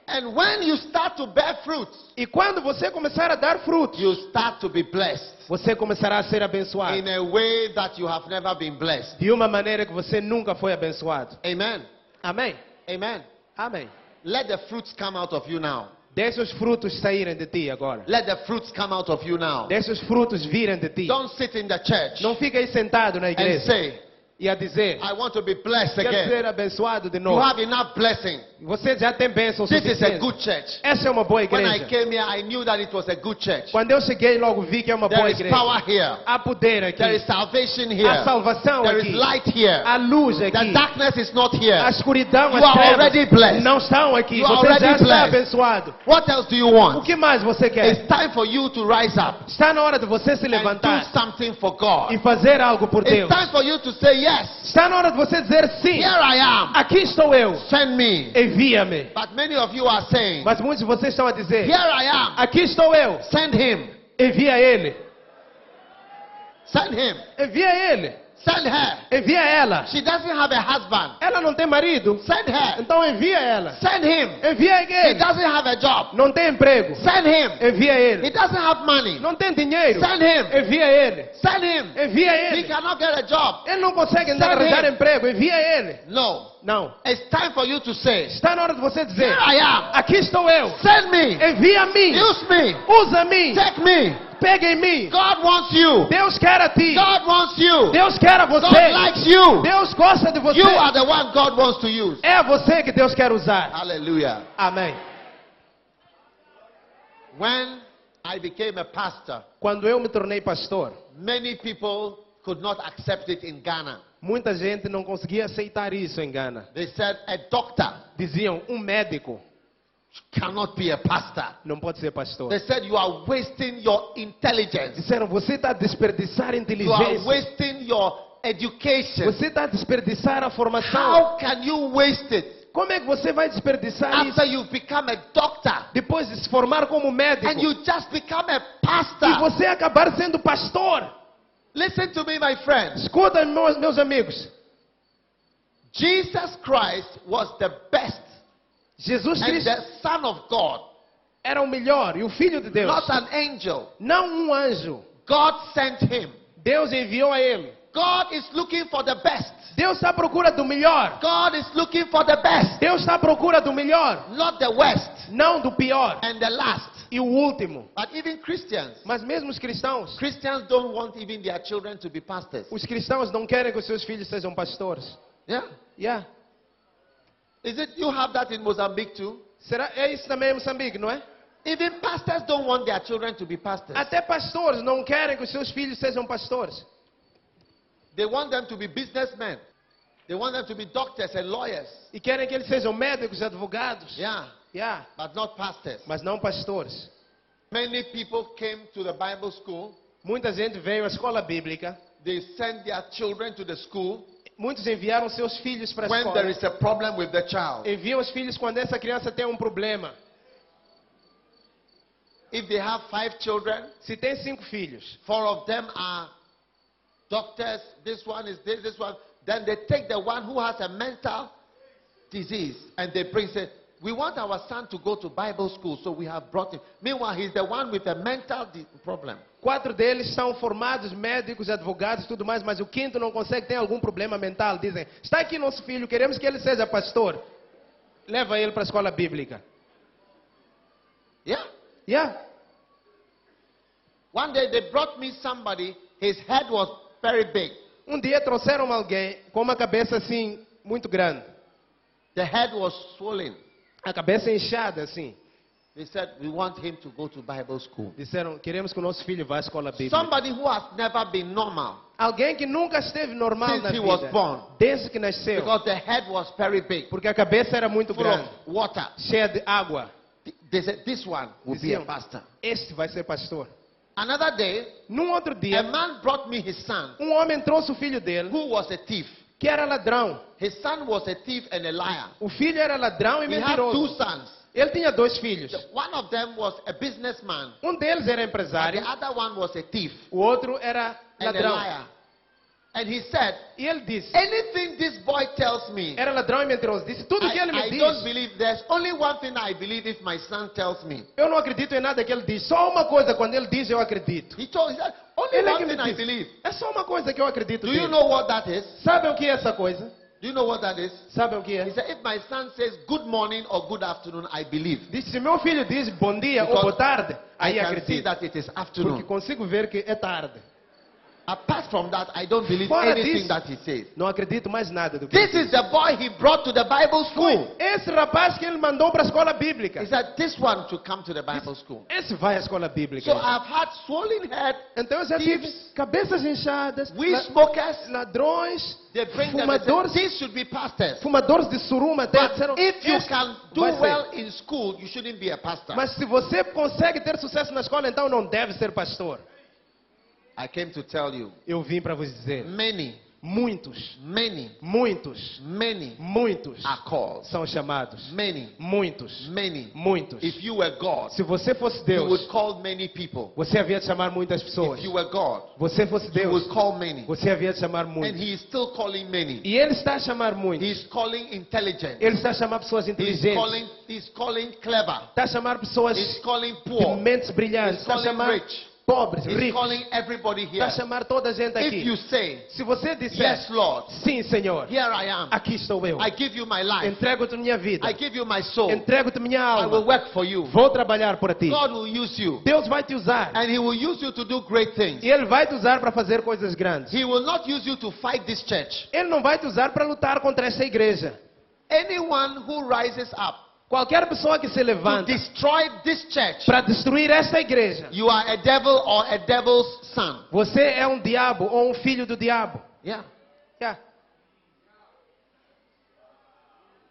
And when you start to bear fruit,
E quando você começar a dar fruto,
you start to be blessed
você começará a ser abençoado
in a way that you have never been blessed.
de uma maneira que você nunca foi abençoado.
Amen.
Amém.
Amen.
Amém.
Let the fruits come out of you now.
Deixa os frutos saírem de ti agora.
Let the fruits come out of you now.
Deixa os frutos virem de ti.
Don't sit in the church
Não fica aí sentado na
and
igreja
say,
e a dizer,
I want to be blessed
quero
again.
ser abençoado de
You
novo.
have enough blessing.
Você já tem bênção
This is a
suficiente.
good church.
Essa é uma boa
When I
igreja.
came here, I knew that it was a good church.
Quando eu cheguei, logo vi que é uma
There
boa
is
igreja.
power here.
Há poder aqui.
There is salvation
Há
here.
salvação
There is
aqui.
light here.
Há luz
The
aqui.
darkness is not here.
A escuridão,
You
as
are already blessed.
trevas não estão aqui.
You are
Você já
already
está
blessed.
abençoado.
What else do you
O
want?
que mais você quer?
It's time for you to rise up
Está na hora de você se
and do
levantar
something for God.
e fazer algo por
It's
Deus.
time for you to say, Yes,
Está na hora de você dizer sim.
here I
Aqui estou eu.
am. Send me.
Envia-me.
But many of you are saying,
Mas muitos de vocês estão a dizer:
Here I am.
Aqui estou eu.
Send him.
Envia ele.
Send him.
Envia ele.
Send her.
Envia ela.
She doesn't have a husband.
Ela não tem marido.
Send her.
Então envia ela.
Send him.
Envia
He
ele.
doesn't have a job.
Não tem emprego.
Send him.
Envia
He
ele.
doesn't have money.
Não tem dinheiro.
Send him.
Envia ele.
Send him.
Envia
He
ele.
cannot get a job.
Ele não consegue ainda
Send
arranjar
him.
emprego. Envia ele.
No.
Não.
It's time for you to say,
Está na hora de você
Here
dizer:
I
Aqui estou eu.
am. Send me.
Envia-me.
Use me.
Usa-me.
Take me.
Pega em mim.
God wants you.
Deus quer a ti.
God wants you.
Deus quer a
God
você.
likes you.
Deus gosta de você.
You are the one God wants to use.
É você que Deus quer usar.
Hallelujah.
Amém.
When I became a pastor,
Quando eu me tornei pastor,
many people could not accept it in Ghana.
muita gente não conseguia aceitar isso em Ghana.
They said a doctor
Diziam: um médico
cannot be a pastor.
não pode ser pastor.
They said you are wasting your intelligence.
Disseram: você está a
You
desperdiçar
are
inteligência.
wasting your education.
Você está a desperdiçar a formação.
How can you waste it
Como é que você vai desperdiçar isso
after you've become a doctor
depois de se formar como
and
médico
you just become a
e
pastor?
você acabar sendo pastor?
Listen to me, my friends.
Escuta, meus, meus amigos.
Jesus Christ was the best
Jesus
and
Cristo
the Son of God,
era o melhor e o filho de Deus.
not an angel.
Não um anjo.
God sent him.
Deus enviou a ele.
God is looking for the best.
Deus está à procura do melhor.
God is looking for the best,
Deus está à procura do melhor,
not the worst
não do pior.
and the last.
E o último.
But even Christians,
Mas mesmo os cristãos,
Christians don't want even their children to be pastors.
os cristãos não querem que os seus filhos sejam pastores.
Yeah.
Yeah.
Is it you have that in Mozambique too?
Será é isso também em Moçambique, não é?
Even pastors don't want their children to be pastors.
Até pastores não querem que os seus filhos sejam pastores.
They want them to be businessmen. They want them to be doctors and lawyers.
E querem que eles sejam médicos, advogados.
Yeah,
Yeah.
but not pastors.
Mas não pastores.
Many people came to the Bible school.
Muita gente veio à escola bíblica.
They send their children to the school
Muitos enviaram seus filhos para a
when there
escola.
is a problem with the child.
Enviam os filhos quando essa criança tem um problema.
If they have five children,
Se tem cinco filhos,
four of them are doctors, this one is this, this one, then they take the one who has a mental disease and they bring say, we want our son to go to Bible school, so we have brought him. Meanwhile, he's the one with a mental di- problem.
quatro deles são formados, médicos, advogados, tudo mais, mas o quinto não consegue, tem algum problema mental. Dizem: está aqui nosso filho, queremos que ele seja pastor. Leva ele para a escola bíblica.
Yeah.
Yeah.
One day they brought me somebody, his head was very big.
Um dia trouxeram alguém com uma cabeça assim muito grande.
The head was swollen.
A cabeça inchada, assim.
They said, We want him to go to Bible school.
Disseram, queremos que o nosso filho vá à escola bíblica.
Somebody who has never been normal
Alguém que nunca esteve normal
Since
na
he
vida.
was born.
Desde que nasceu.
because the head was very big,
Porque a cabeça era muito
full
grande.
of water.
Cheia de água.
They said, This one will be a
Diziam,
pastor.
Este vai ser pastor.
Another day,
Num outro
a
dia,
man brought me his son
um homem trouxe o filho dele,
who was a thief.
que era ladrão.
His son was a thief and a liar.
O filho era ladrão e
He had two
mentiroso.
sons.
Ele tinha dois filhos.
The- One of them was a businessman,
Um deles era
and
empresário,
the other one was a thief
o outro era
and a
ladrão.
liar. And he said,
E ele disse,
Anything this boy tells me,
era ladrão e mentiroso. Disse, tudo que
I,
ele me
I don't
diz,
believe there's only one thing I believe if my son tells me.
eu não acredito em nada que ele diz. Só uma coisa, quando ele diz, eu acredito.
He told he said, only
Ele é que
one
me
thing I believe.
diz. É só uma coisa que eu acredito
Do you
dele.
know what that is?
Sabem o que é essa coisa?
Do you know what that is?
Sabem o que é?
He said, if my son says good morning or good afternoon, I believe.
Disse, se meu filho diz bom dia ou
Because
boa tarde,
I
aí
can see
acredito.
that it is
Porque
afternoon.
consigo ver que é tarde.
Apart from that, I don't believe
Fora
anything
disso-
that he says.
Não acredito mais nada do que
This is the boy he brought to the Bible school.
Esse rapaz que ele mandou para a escola bíblica.
He said, this one to come to the Bible school.
Esse vai à escola bíblica.
So uh, I've had swollen head.
então eu já tive cabeças inchadas,
We
la-
smokers,
ladrões,
they bring them and
fumadores,
say, these should be pastors.
fumadores de suruma até
But
disseram,
if you
"Esse
can do
vai ser."
well in school, you shouldn't be a pastor.
Mas se você consegue ter sucesso na escola, então não deve ser pastor.
I came to tell you,
Eu vim para vos dizer,
many,
muitos,
many,
muitos,
many
muitos
are called.
são chamados.
Many,
Muitos,
many.
muitos.
If you were God,
Se você fosse
you
Deus,
would call many people.
você havia de chamar muitas pessoas.
If you were God,
Você fosse
you
Deus,
would call many.
você havia de chamar
And
muitos.
he is still calling many.
E ele está a chamar muitos.
He's calling intelligent.
Ele está a chamar pessoas
He's
inteligentes.
calling, he's calling clever.
Está a chamar pessoas
He's calling
de
poor.
mentes
He's
brilhantes. Está a
calling
chamar
rich.
pobres,
He's
ricos.
calling everybody here.
Está a chamar toda a gente
If
aqui.
you say,
Se você disser,
Yes, Lord,
sim, Senhor,
here I am.
aqui estou eu.
I give you my life.
Entrego-te minha vida.
I give you my soul.
Entrego-te minha
I will
alma.
work for you.
Vou trabalhar por ti.
God will use you.
Deus vai te usar.
And He will use you to do great things.
E Ele vai te usar para fazer coisas grandes.
He will not use you to fight this church.
Ele não vai te usar para lutar contra essa igreja.
Anyone who rises up
Qualquer pessoa que se
to
levanta
destroy this church,
para destruir esta igreja,
you are a devil or a devil's son.
você é um diabo ou um filho do diabo.
Yeah.
Yeah.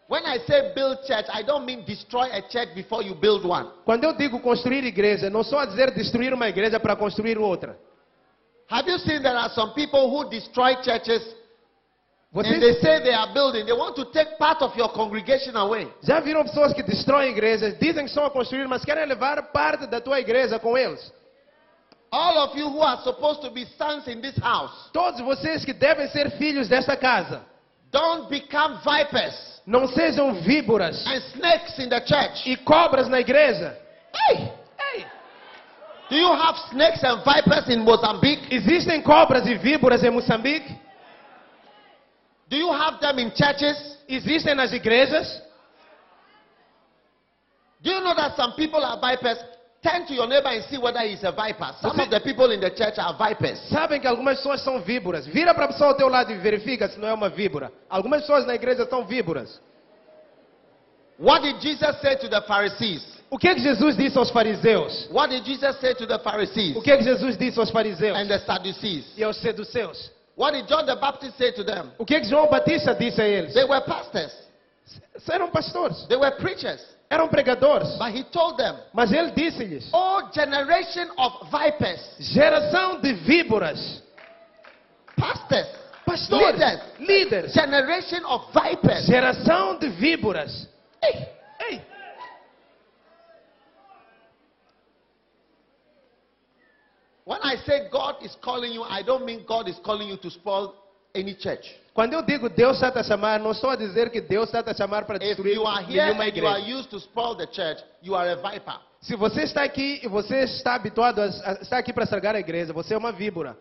When I say build church, I don't mean destroy a church before you build one.
Quando eu digo construir igreja, não sou a dizer destruir uma igreja para construir outra.
Have you seen there are some people who destroy churches and they
Vocês
say they are building? They want to take part of your congregation away.
já viram pessoas que destroem igrejas, dizem que estão a construir, mas querem levar parte da tua igreja com eles.
All of you who are supposed to be sons in this house,
Todos vocês que devem ser filhos desta casa,
don't become vipers
não sejam víboras
and snakes in the church.
e cobras na igreja.
Hey!
Ei,
Do you have snakes and vipers in Mozambique?
existem cobras e víboras em Moçambique?
Do you have them in churches?
Existem nas igrejas?
Do you know that some people are vipers? Turn to your neighbor and see whether he's a viper. Some of the people in the church are vipers.
Sabem que algumas pessoas são víboras. Vira para a pessoa ao teu lado e verifica se não é uma víbora. Algumas pessoas na igreja são víboras.
What did Jesus say to the Pharisees?
O que é que Jesus disse aos fariseus?
What did Jesus say to the Pharisees
O que é que Jesus disse aos fariseus
and the Sadducees?
e aos seduceus?
What did John the Baptist say to them?
O que é que João Batista disse a eles?
They were pastors,
S- Eram pastores,
they were preachers.
eram pregadores.
But he told them,
Mas ele disse-lhes:
O generation of vipers,
geração de víboras,
pastors,
pastores,
Líderes.
líderes,
generation of vipers.
geração de víboras.
Hey,
Ei,
When I say God is calling you, I don't mean God is calling you to spoil any church.
quando eu digo Deus está a chamar, não estou a dizer que Deus está a chamar para
If
destruir
you are here
nenhuma
and you are
igreja.
used to spoil the church, you are a viper.
Se você está aqui e você está habituado a, a estar aqui para estragar a igreja, você é uma víbora.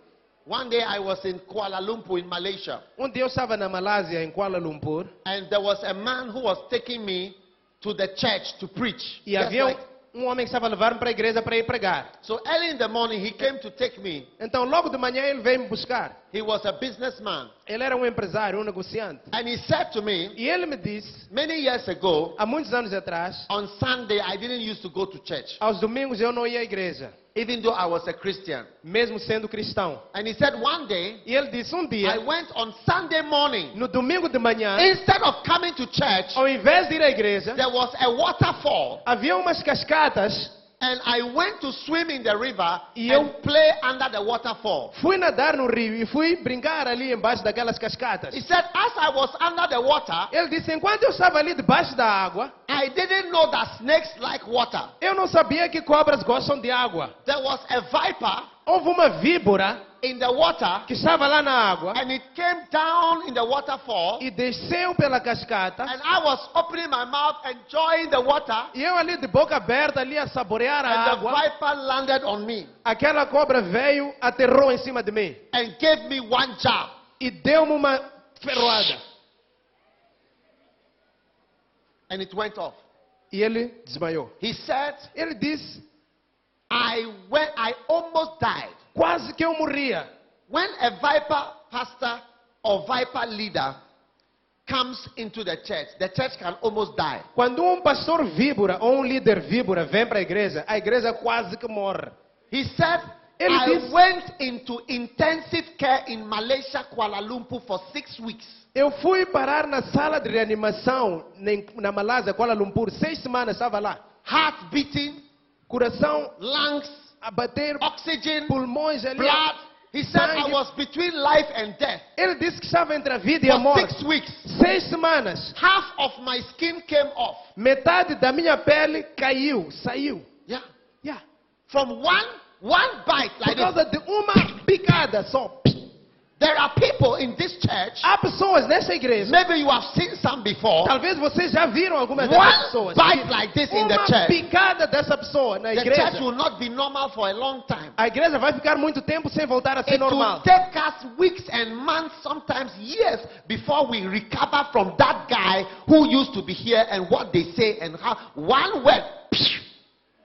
One day I was in Kuala Lumpur in Malaysia,
Um dia eu estava na Malásia, em Kuala Lumpur,
and there was a man who was taking me to the church to preach.
E
Just
havia um,
like-
um homem que estava levando para a igreja para ir pregar.
so early in the morning, he came to take me,
Então, logo de manhã, ele veio me buscar.
He was a businessman.
Ele era um empresário, um negociante.
And he said to me
E ele me disse,
many years ago,
há muitos anos atrás,
on Sunday, I didn't used to go to church,
aos domingos eu não ia à igreja,
even though I was a Christian.
mesmo sendo cristão.
And he said one day,
E ele disse, um
I
dia,
went on Sunday morning.
no domingo de manhã,
Instead of coming to church,
ao invés de ir à igreja,
there was a waterfall.
havia umas cascatas.
And I went to swim in the river
E eu-
and play under the waterfall.
Fui nadar no rio e fui brincar ali embaixo daquelas cascatas.
He said, as I was under the water,
Ele disse: enquanto eu estava ali debaixo da água,
I didn't know that snakes like water.
eu não sabia que cobras gostam de água.
There was a viper
Houve uma víbora
in the water
que estava lá na água
and it came down in the waterfall.
e desceu pela cascata.
And I was opening my mouth, enjoying the water,
E eu ali de boca aberta, ali a saborear a
and the
água,
viper landed on me
aquela cobra veio, aterrou em cima de mim
and gave me one jab.
e deu-me uma ferroada.
And it went off.
E ele desmaiou.
He said,
Ele disse:
I went, I almost died.
quase que eu morria.
When a viper pastor or viper leader comes into the church, the church can almost die.
Quando um pastor víbora ou um líder víbora vem para a igreja, a igreja quase que morre.
He said,
Ele
I
disse-
went into intensive care in Malaysia, Kuala Lumpur for six weeks.
Eu fui parar na sala de reanimação nem- na Malásia, Kuala Lumpur, seis semanas estava lá.
Heart beating,
Coração
lungs,
a bater,
oxygen,
pulmões ali.
blood. He said, I
Sangue.
was between life and death
Ele disse que estava entre a vida e a
for
morte.
six weeks.
Seis semanas,
Half of my skin came off.
metade da minha pele caiu, saiu.
Yeah.
Yeah.
From one, one bite
Por
like this.
causa de uma picada só.
There are people in this church,
Há pessoas nessa igreja,
maybe you have seen some before.
talvez vocês já viram algumas dessas
One
pessoas.
bite like this in the
Uma
church,
picada dessa pessoa na
the church
igreja.
will not be normal for a long time.
A igreja vai ficar muito tempo sem voltar a ser
It will
normal.
take us weeks and months, sometimes years, before we recover from that guy who used to be here and what they say and how one word.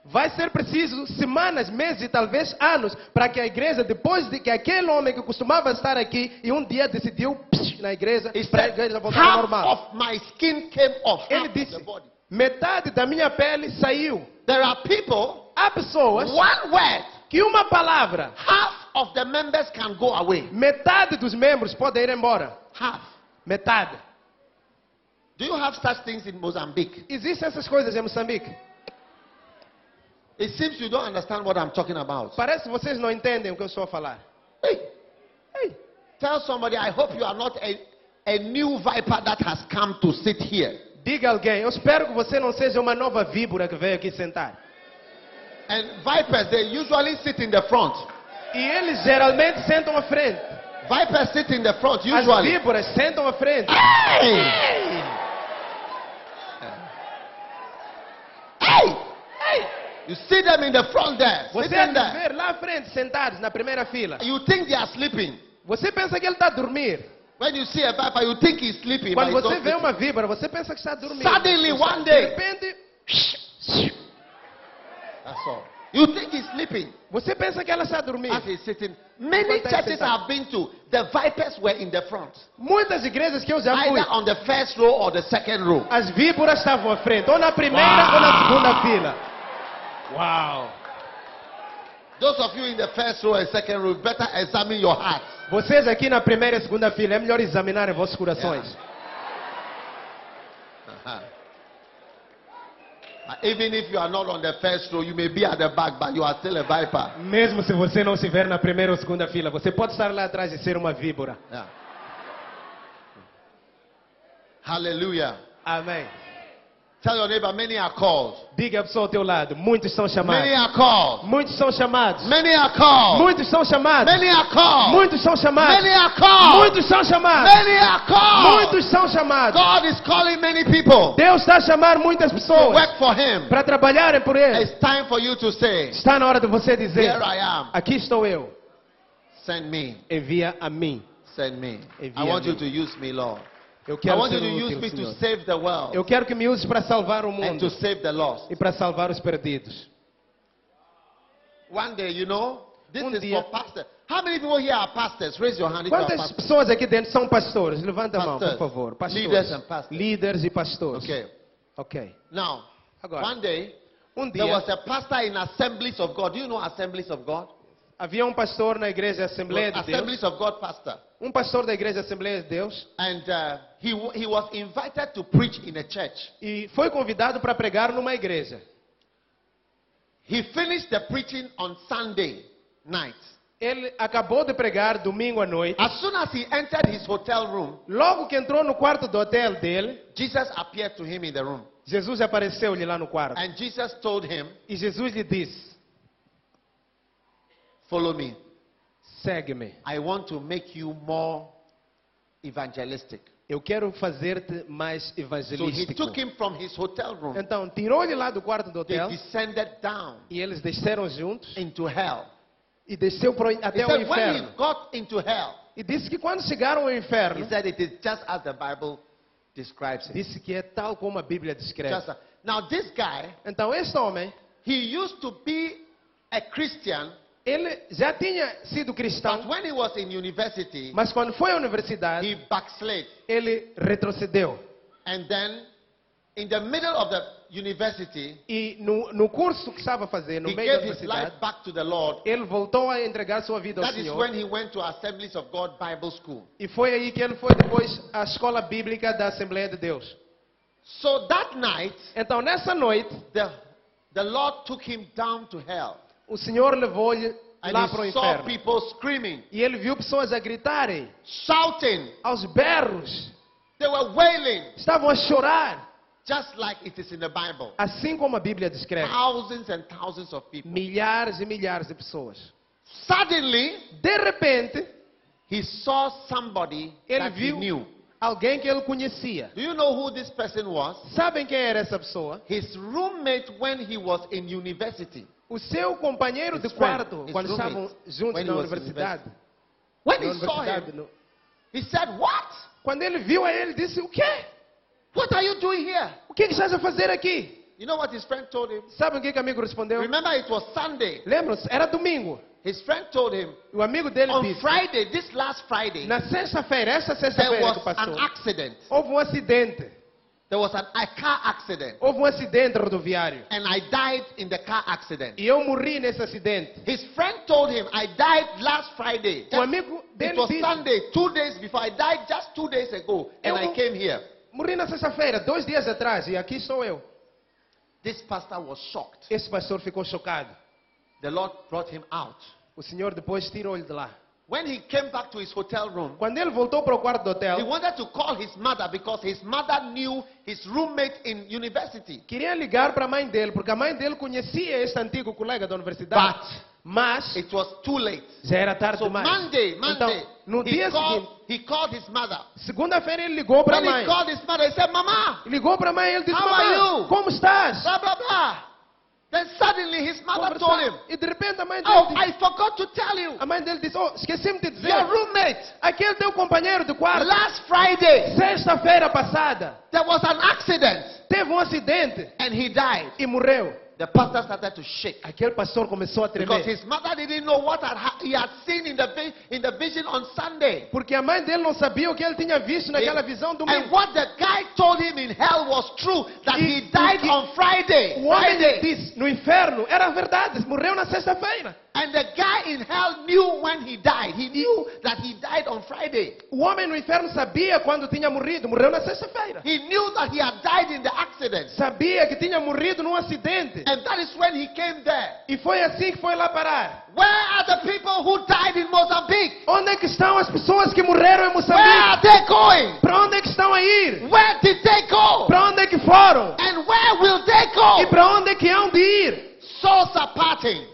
Vai ser preciso semanas, meses e talvez anos para que a igreja, depois de que aquele homem que costumava estar aqui e um dia decidiu psh, na igreja,
He
para a
said,
igreja voltar ao
half
normal.
of my skin came off.
Ele
Half of
disse,
the body.
metade da minha pele saiu.
There are people,
Há pessoas
one word,
que uma palavra,
half of the members can go away.
metade dos membros podem ir embora.
Half.
Metade.
Do you have such things in Mozambique?
Existem essas coisas em Moçambique.
It seems you don't understand what I'm talking about.
Parece que vocês não entendem o que eu estou a falar.
Hey,
Ei,
tell somebody, I hope you are not a, a new viper that has come to sit here.
diga a alguém, eu espero que você não seja uma nova víbora que veio aqui sentar.
And vipers, they usually sit in the front.
E eles geralmente sentam à frente.
Vipers sit in the front,
As
usually. Ah,
víboras sentam à frente.
Hey! Hey! You see them in the front there,
Você
sitting
anda a
there.
ver lá à frente, sentados na primeira fila.
You think they are sleeping.
Você pensa que ele está a dormir.
When you see a viper, you think he's sleeping. but
Quando
he's
você
not
vê
sleeping.
uma víbora, você pensa que está a dormir.
Suddenly, one
De
day,
repente,
that's all. You think he's sleeping.
você pensa que ela está a dormir.
as he's sitting. Many
Sometimes
churches
they are.
I've been to, the vipers were in the front,
Muitas igrejas que eu já fui,
either on the first row or the second row.
as víboras estavam à frente, ou na primeira
Uau!
ou na segunda fila. Uau!
Those of you in the first row and second row, better examine your heart.
Vocês aqui na primeira e segunda fila, é melhor examinar vossos corações.
Uh-huh. Uh, Even if you are not on the first row, you may be at the back, but you are still a viper.
Mesmo se você não estiver na primeira ou segunda fila, você pode estar lá atrás e ser uma víbora.
Yeah. Hallelujah.
Amém.
Tell your neighbor, many are called.
Diga a pessoa ao teu lado, muitos são
Many
chamados.
are called.
Muitos são chamados.
Many are called.
Muitos são chamados.
Many are called.
Muitos são
Many
chamados.
are called.
Muitos são chamados.
Many are called.
Muitos são chamados.
God is calling many people
Deus está a chamar muitas
to
pessoas
work for Him.
para trabalharem por Ele.
It's time for you to say,
Está na hora de você dizer:
Here I am.
Aqui estou eu.
Send me.
Envia a mim.
Send me.
Envia
I want you
me.
to use me, Lord.
Eu
I
quero
want
ser
you to use
útil,
me
Senhor.
to save the
Eu
world
quero que me uses para salvar o
and to
mundo
save the lost.
e para salvar os perdidos.
One day, you know, This
um
is
dia.
for pastors. How many people here are pastors? Raise your hand if you are
Quantas
pastors.
pessoas aqui dentro são pastores? Levanta a mão,
Pastors.
por favor. Pastores.
Leaders and pastors.
Líderes e pastores.
Okay.
Ok.
Now,
Agora.
one day,
Um dia
there was a pastor in Assemblies of God. Do you know Assemblies of God?
havia um pastor na igreja Assembleia de Deus.
Assemblies of God pastor.
Um pastor da igreja Assembleia de Deus
And uh, he, w- he was invited to preach in a church.
e foi convidado para pregar numa igreja.
He finished the preaching on Sunday night.
Ele acabou de pregar domingo à noite.
As soon as he entered his hotel room,
Logo que entrou no quarto do hotel dele,
Jesus appeared to him in the room.
Jesus apareceu-lhe lá no quarto.
And Jesus told him,
E Jesus lhe disse:
Follow me.
Segue-me.
I want to make you more evangelistic.
Eu quero fazer-te mais
So he
evangelístico.
took him from his hotel room.
Então, tirou-lhe lá do quarto do
They
hotel
descended down
e eles desceram juntos
into hell.
e desceu pro-
He
até
said,
o
when he
inferno.
got into hell,
E disse que quando chegaram ao
he
inferno,
said it is just as the Bible describes it.
disse que é tal como a Bíblia
Just
descreve.
as- Now, this guy,
Então, esse homem,
he used to be a Christian,
ele já tinha sido
but
cristão,
when he was in university,
mas quando foi à universidade,
he backslid.
ele retrocedeu.
And then, in the middle of the university,
E no, no curso que estava fazendo,
he
no meio da
gave his life
universidade,
back to the Lord.
ele voltou a entregar sua vida ao
That is
Senhor.
when he went to Assemblies of God Bible School.
E foi aí que ele foi depois à escola bíblica da Assembleia de Deus.
So that night,
Então, nessa noite,
the, the Lord took him down to hell.
o Senhor levou-lhe lá
And
para o
he saw
inferno.
people screaming,
E ele viu pessoas a gritarem,
shouting.
aos berros,
They were wailing,
estavam a chorar,
just like it is in the Bible.
assim como a Bíblia descreve.
Thousands and thousands of people.
Milhares e milhares de pessoas.
Suddenly,
De repente,
he saw somebody
ele
that he
viu
knew.
alguém que ele conhecia.
Do you know who this person was?
Sabem quem era essa pessoa?
His roommate when he was in university.
O seu companheiro de
His friend,
quarto,
his
quando
roommate,
estavam juntos
when
na
he was
universidade.
When
Na
he saw
universidade,
him,
no-
he said, What?
Quando ele viu a ele, disse: O quê?
What are you doing here?
O que, que estás a fazer aqui?
You know what his friend told him?
Sabe o que, que o amigo respondeu?
Remember, it was Sunday.
Lembram-se? Era domingo.
His friend told him,
O amigo dele
On
disse:
Friday, this last Friday,
Na sexta-feira, essa
there
sexta-feira
was
que
an
passou,
accident.
houve um acidente.
There was an, a car accident.
Houve um acidente rodoviário.
And I died in the car accident.
E eu morri nesse acidente.
His friend told him, I died last Friday.
O amigo
It
dele
was
disse:
Sunday, two days before. I died just two days ago, and
Eu-
I came here.
Morri na sexta-feira, dois dias atrás, e aqui sou eu.
This pastor was shocked.
Esse pastor ficou chocado.
The Lord brought him out.
O senhor depois tirou-lhe de lá.
When he came back to his hotel room,
Quando ele voltou para o quarto do
he
hotel,
wanted to call his mother because his mother knew his roommate in university.
queria ligar para a mãe dele, porque a mãe dele conhecia este antigo colega da universidade.
But
Mas
it was too late.
já era tarde
So
demais.
Monday, Monday,
então, no
he,
dia seguinte,
called, he called his mother.
segunda-feira ele ligou para a
When
mãe.
he called his mother, he said, Mama,
Ligou para a mãe e ele disse:
How
"Mamãe,
are you?"
como estás?
blah, blah, blah. Then suddenly his mother
Conversar.
told him,
E de repente a mãe dele,
Oh,
disse-
I forgot to tell you.
a mãe dele disse: "Oh, esqueci-me de dizer.
Your roommate,
Aquele teu companheiro de quarto,
last Friday,
sexta-feira passada,
there was an accident
teve um acidente
and he died.
e morreu."
The pastor started to shake
Aquele pastor começou a tremer.
because his mother didn't know what had hap- he had seen in the, vi- in the vision on Sunday.
Porque a mãe dele não sabia o que ele tinha visto naquela visão do
And
mundo.
what the guy told him in hell was true that
E-
he died
e-
on Friday.
O homem
Friday.
disse no inferno, era verdade, morreu na sexta-feira.
And the guy in hell knew when he died. He knew that he died on Friday.
O homem no inferno sabia quando tinha morrido, morreu na sexta-feira.
He knew that he had died in the accident.
Sabia que tinha morrido num acidente.
And that is when he came there.
E foi assim que foi lá parar.
Where are the people who died in Mozambique?
Onde é que estão as pessoas que morreram
Where
em Moçambique?
are they going?
Para onde é que estão a ir?
Where did they go?
Para onde é que foram?
And where will they
E
go?
para onde é que hão de ir?
Souls are parting.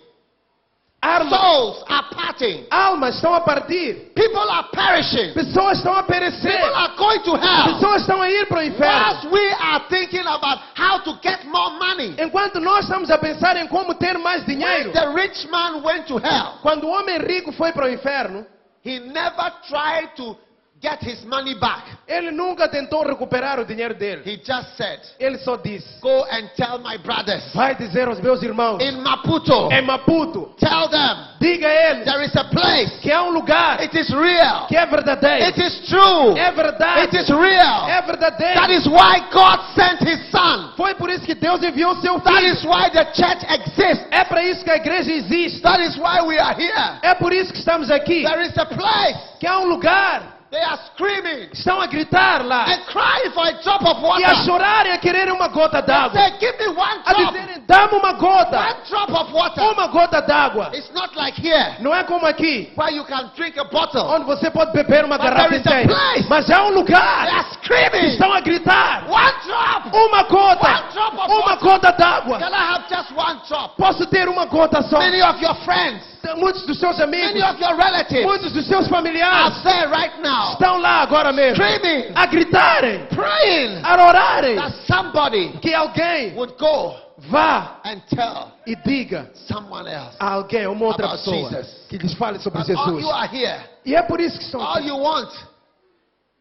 Almas,
Souls are parting.
almas estão a partir.
People are perishing.
Pessoas estão a perecer.
People are going to hell.
Pessoas estão a ir para o inferno.
Whilst we are thinking about how to get more money,
Enquanto nós estamos a pensar em como ter mais
when
dinheiro,
the rich man went to hell,
quando o homem rico foi para o inferno,
he never tried to get his money back.
Ele nunca tentou recuperar o dinheiro dele.
He just said,
Ele só disse:
Go and tell my brothers
Vai dizer aos meus irmãos
in Maputo,
em Maputo,
tell them
diga a eles
there is a place.
que há um lugar
It is real.
que é verdadeiro.
It is true.
É
It
verdade.
is real.
É
That
verdadeiro.
is why God sent his son.
Foi por isso que Deus enviou seu
That
filho.
is why the church exists.
É para isso que a igreja existe.
That is why we are here.
É por isso que estamos aqui.
There is a place.
Que há um lugar.
They are screaming
Estão a gritar lá.
and crying for a drop of water.
E a chorar e a querer uma gota d'água.
Say, give me one
A
drop.
dizerem, dá-me uma
One
gota.
drop of water.
Uma gota d'água.
It's not like here
Não é como aqui,
where you can drink a bottle.
onde você pode beber uma
But
garrafa
there is a
inteira.
place. É assim.
Mas há um
They
lugar.
are screaming.
Estão a gritar.
One drop.
Uma gota.
One drop of
Uma
water.
gota d'água.
Can I have just one drop?
Posso ter uma gota só.
Many of your friends,
Muitos dos seus
many
amigos,
of your relatives
muitos dos seus
are
familiares
there right now
estão lá agora mesmo.
screaming,
A gritarem.
praying
A orarem.
that somebody
Que alguém
would go
vá
and tell
e diga
someone else.
a alguém, uma outra
About
pessoa,
Jesus.
que lhes fale sobre
But all
Jesus.
you are here,
E é por isso que estão
all
aqui.
you want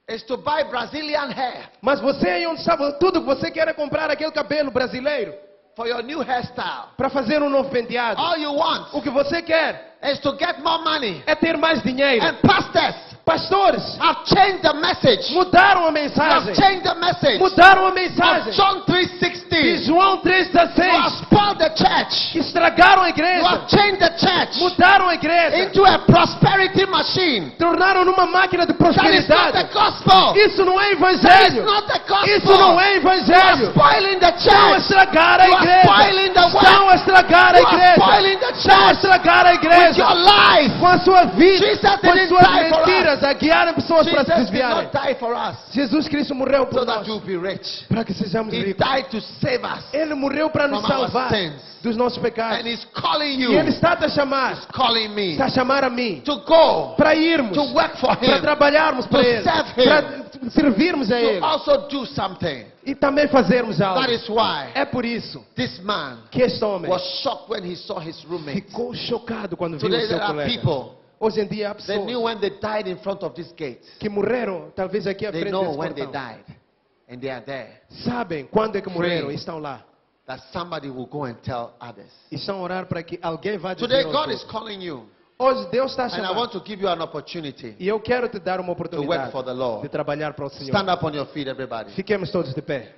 is to buy Brazilian hair
Mas você aí onde sabe tudo que você quer é comprar aquele cabelo brasileiro
for your new hairstyle.
para fazer um novo penteado.
All you want
O que você quer
is to get more money.
é ter mais dinheiro.
And pastors
Pastores
have changed the message.
mudaram a
Have
mensagem.
changed the message.
Mudaram a
Of
mensagem.
John
De
3:16. You
João
have
3,16
spoiled the church.
que estragaram a
You
igreja.
have changed the church
Mudaram a igreja.
into a prosperity machine.
Tornaram numa máquina de
That is not the
prosperidade.
gospel.
Isso não
That
é
is
evangelho.
not the
Isso não
gospel. You
é
are
evangelho.
spoiling the
Estão a
church.
estragar a
You are
igreja.
spoiling the
Estão
work.
a estragar a
You are spoiling
igreja.
the
Estão a
church
estragar a
with
igreja.
your life.
com a sua vida,
Jesus tá
com as
didn't
suas
die for us.
mentiras, a guiarem pessoas para se
Jesus tá did
desviarem.
not die for us
Jesus Cristo morreu
so
por
that
nós,
you'll be rich.
para que sejamos
He
ricos.
died to save us.
Ele morreu para nos
tá- from our
salvar
sins.
dos nossos
And
pecados.
he's calling you.
E Ele está a chamar,
calling me
está a chamar a mim,
to go
para irmos,
to work for
para
him.
trabalharmos para
to
Ele,
serve Him.
para servirmos a
To
Ele
also do something.
e também fazermos
That
algo.
is why
É por isso
this man
que este homem
was shocked when he saw his roommate.
ficou chocado quando viu
Today
o seu
there are
colega.
people.
Hoje em dia há
They knew
pessoas
when they died in front of this gate.
que morreram, talvez aqui à
They
frente
know
desse
when they
portão.
died. And they are there.
Sabem quando é que morreram
Free.
e estão lá.
That somebody will go and tell others.
E estão orar para que alguém vá dizer
Today
aos
God is
outros.
calling you.
Hoje Deus está
And I
chamando.
want to give you an opportunity.
E eu quero te dar uma
To work for the
oportunidade
Lord.
de trabalhar para o Senhor.
Stand up on your feet, everybody.
Fiquemos todos de pé.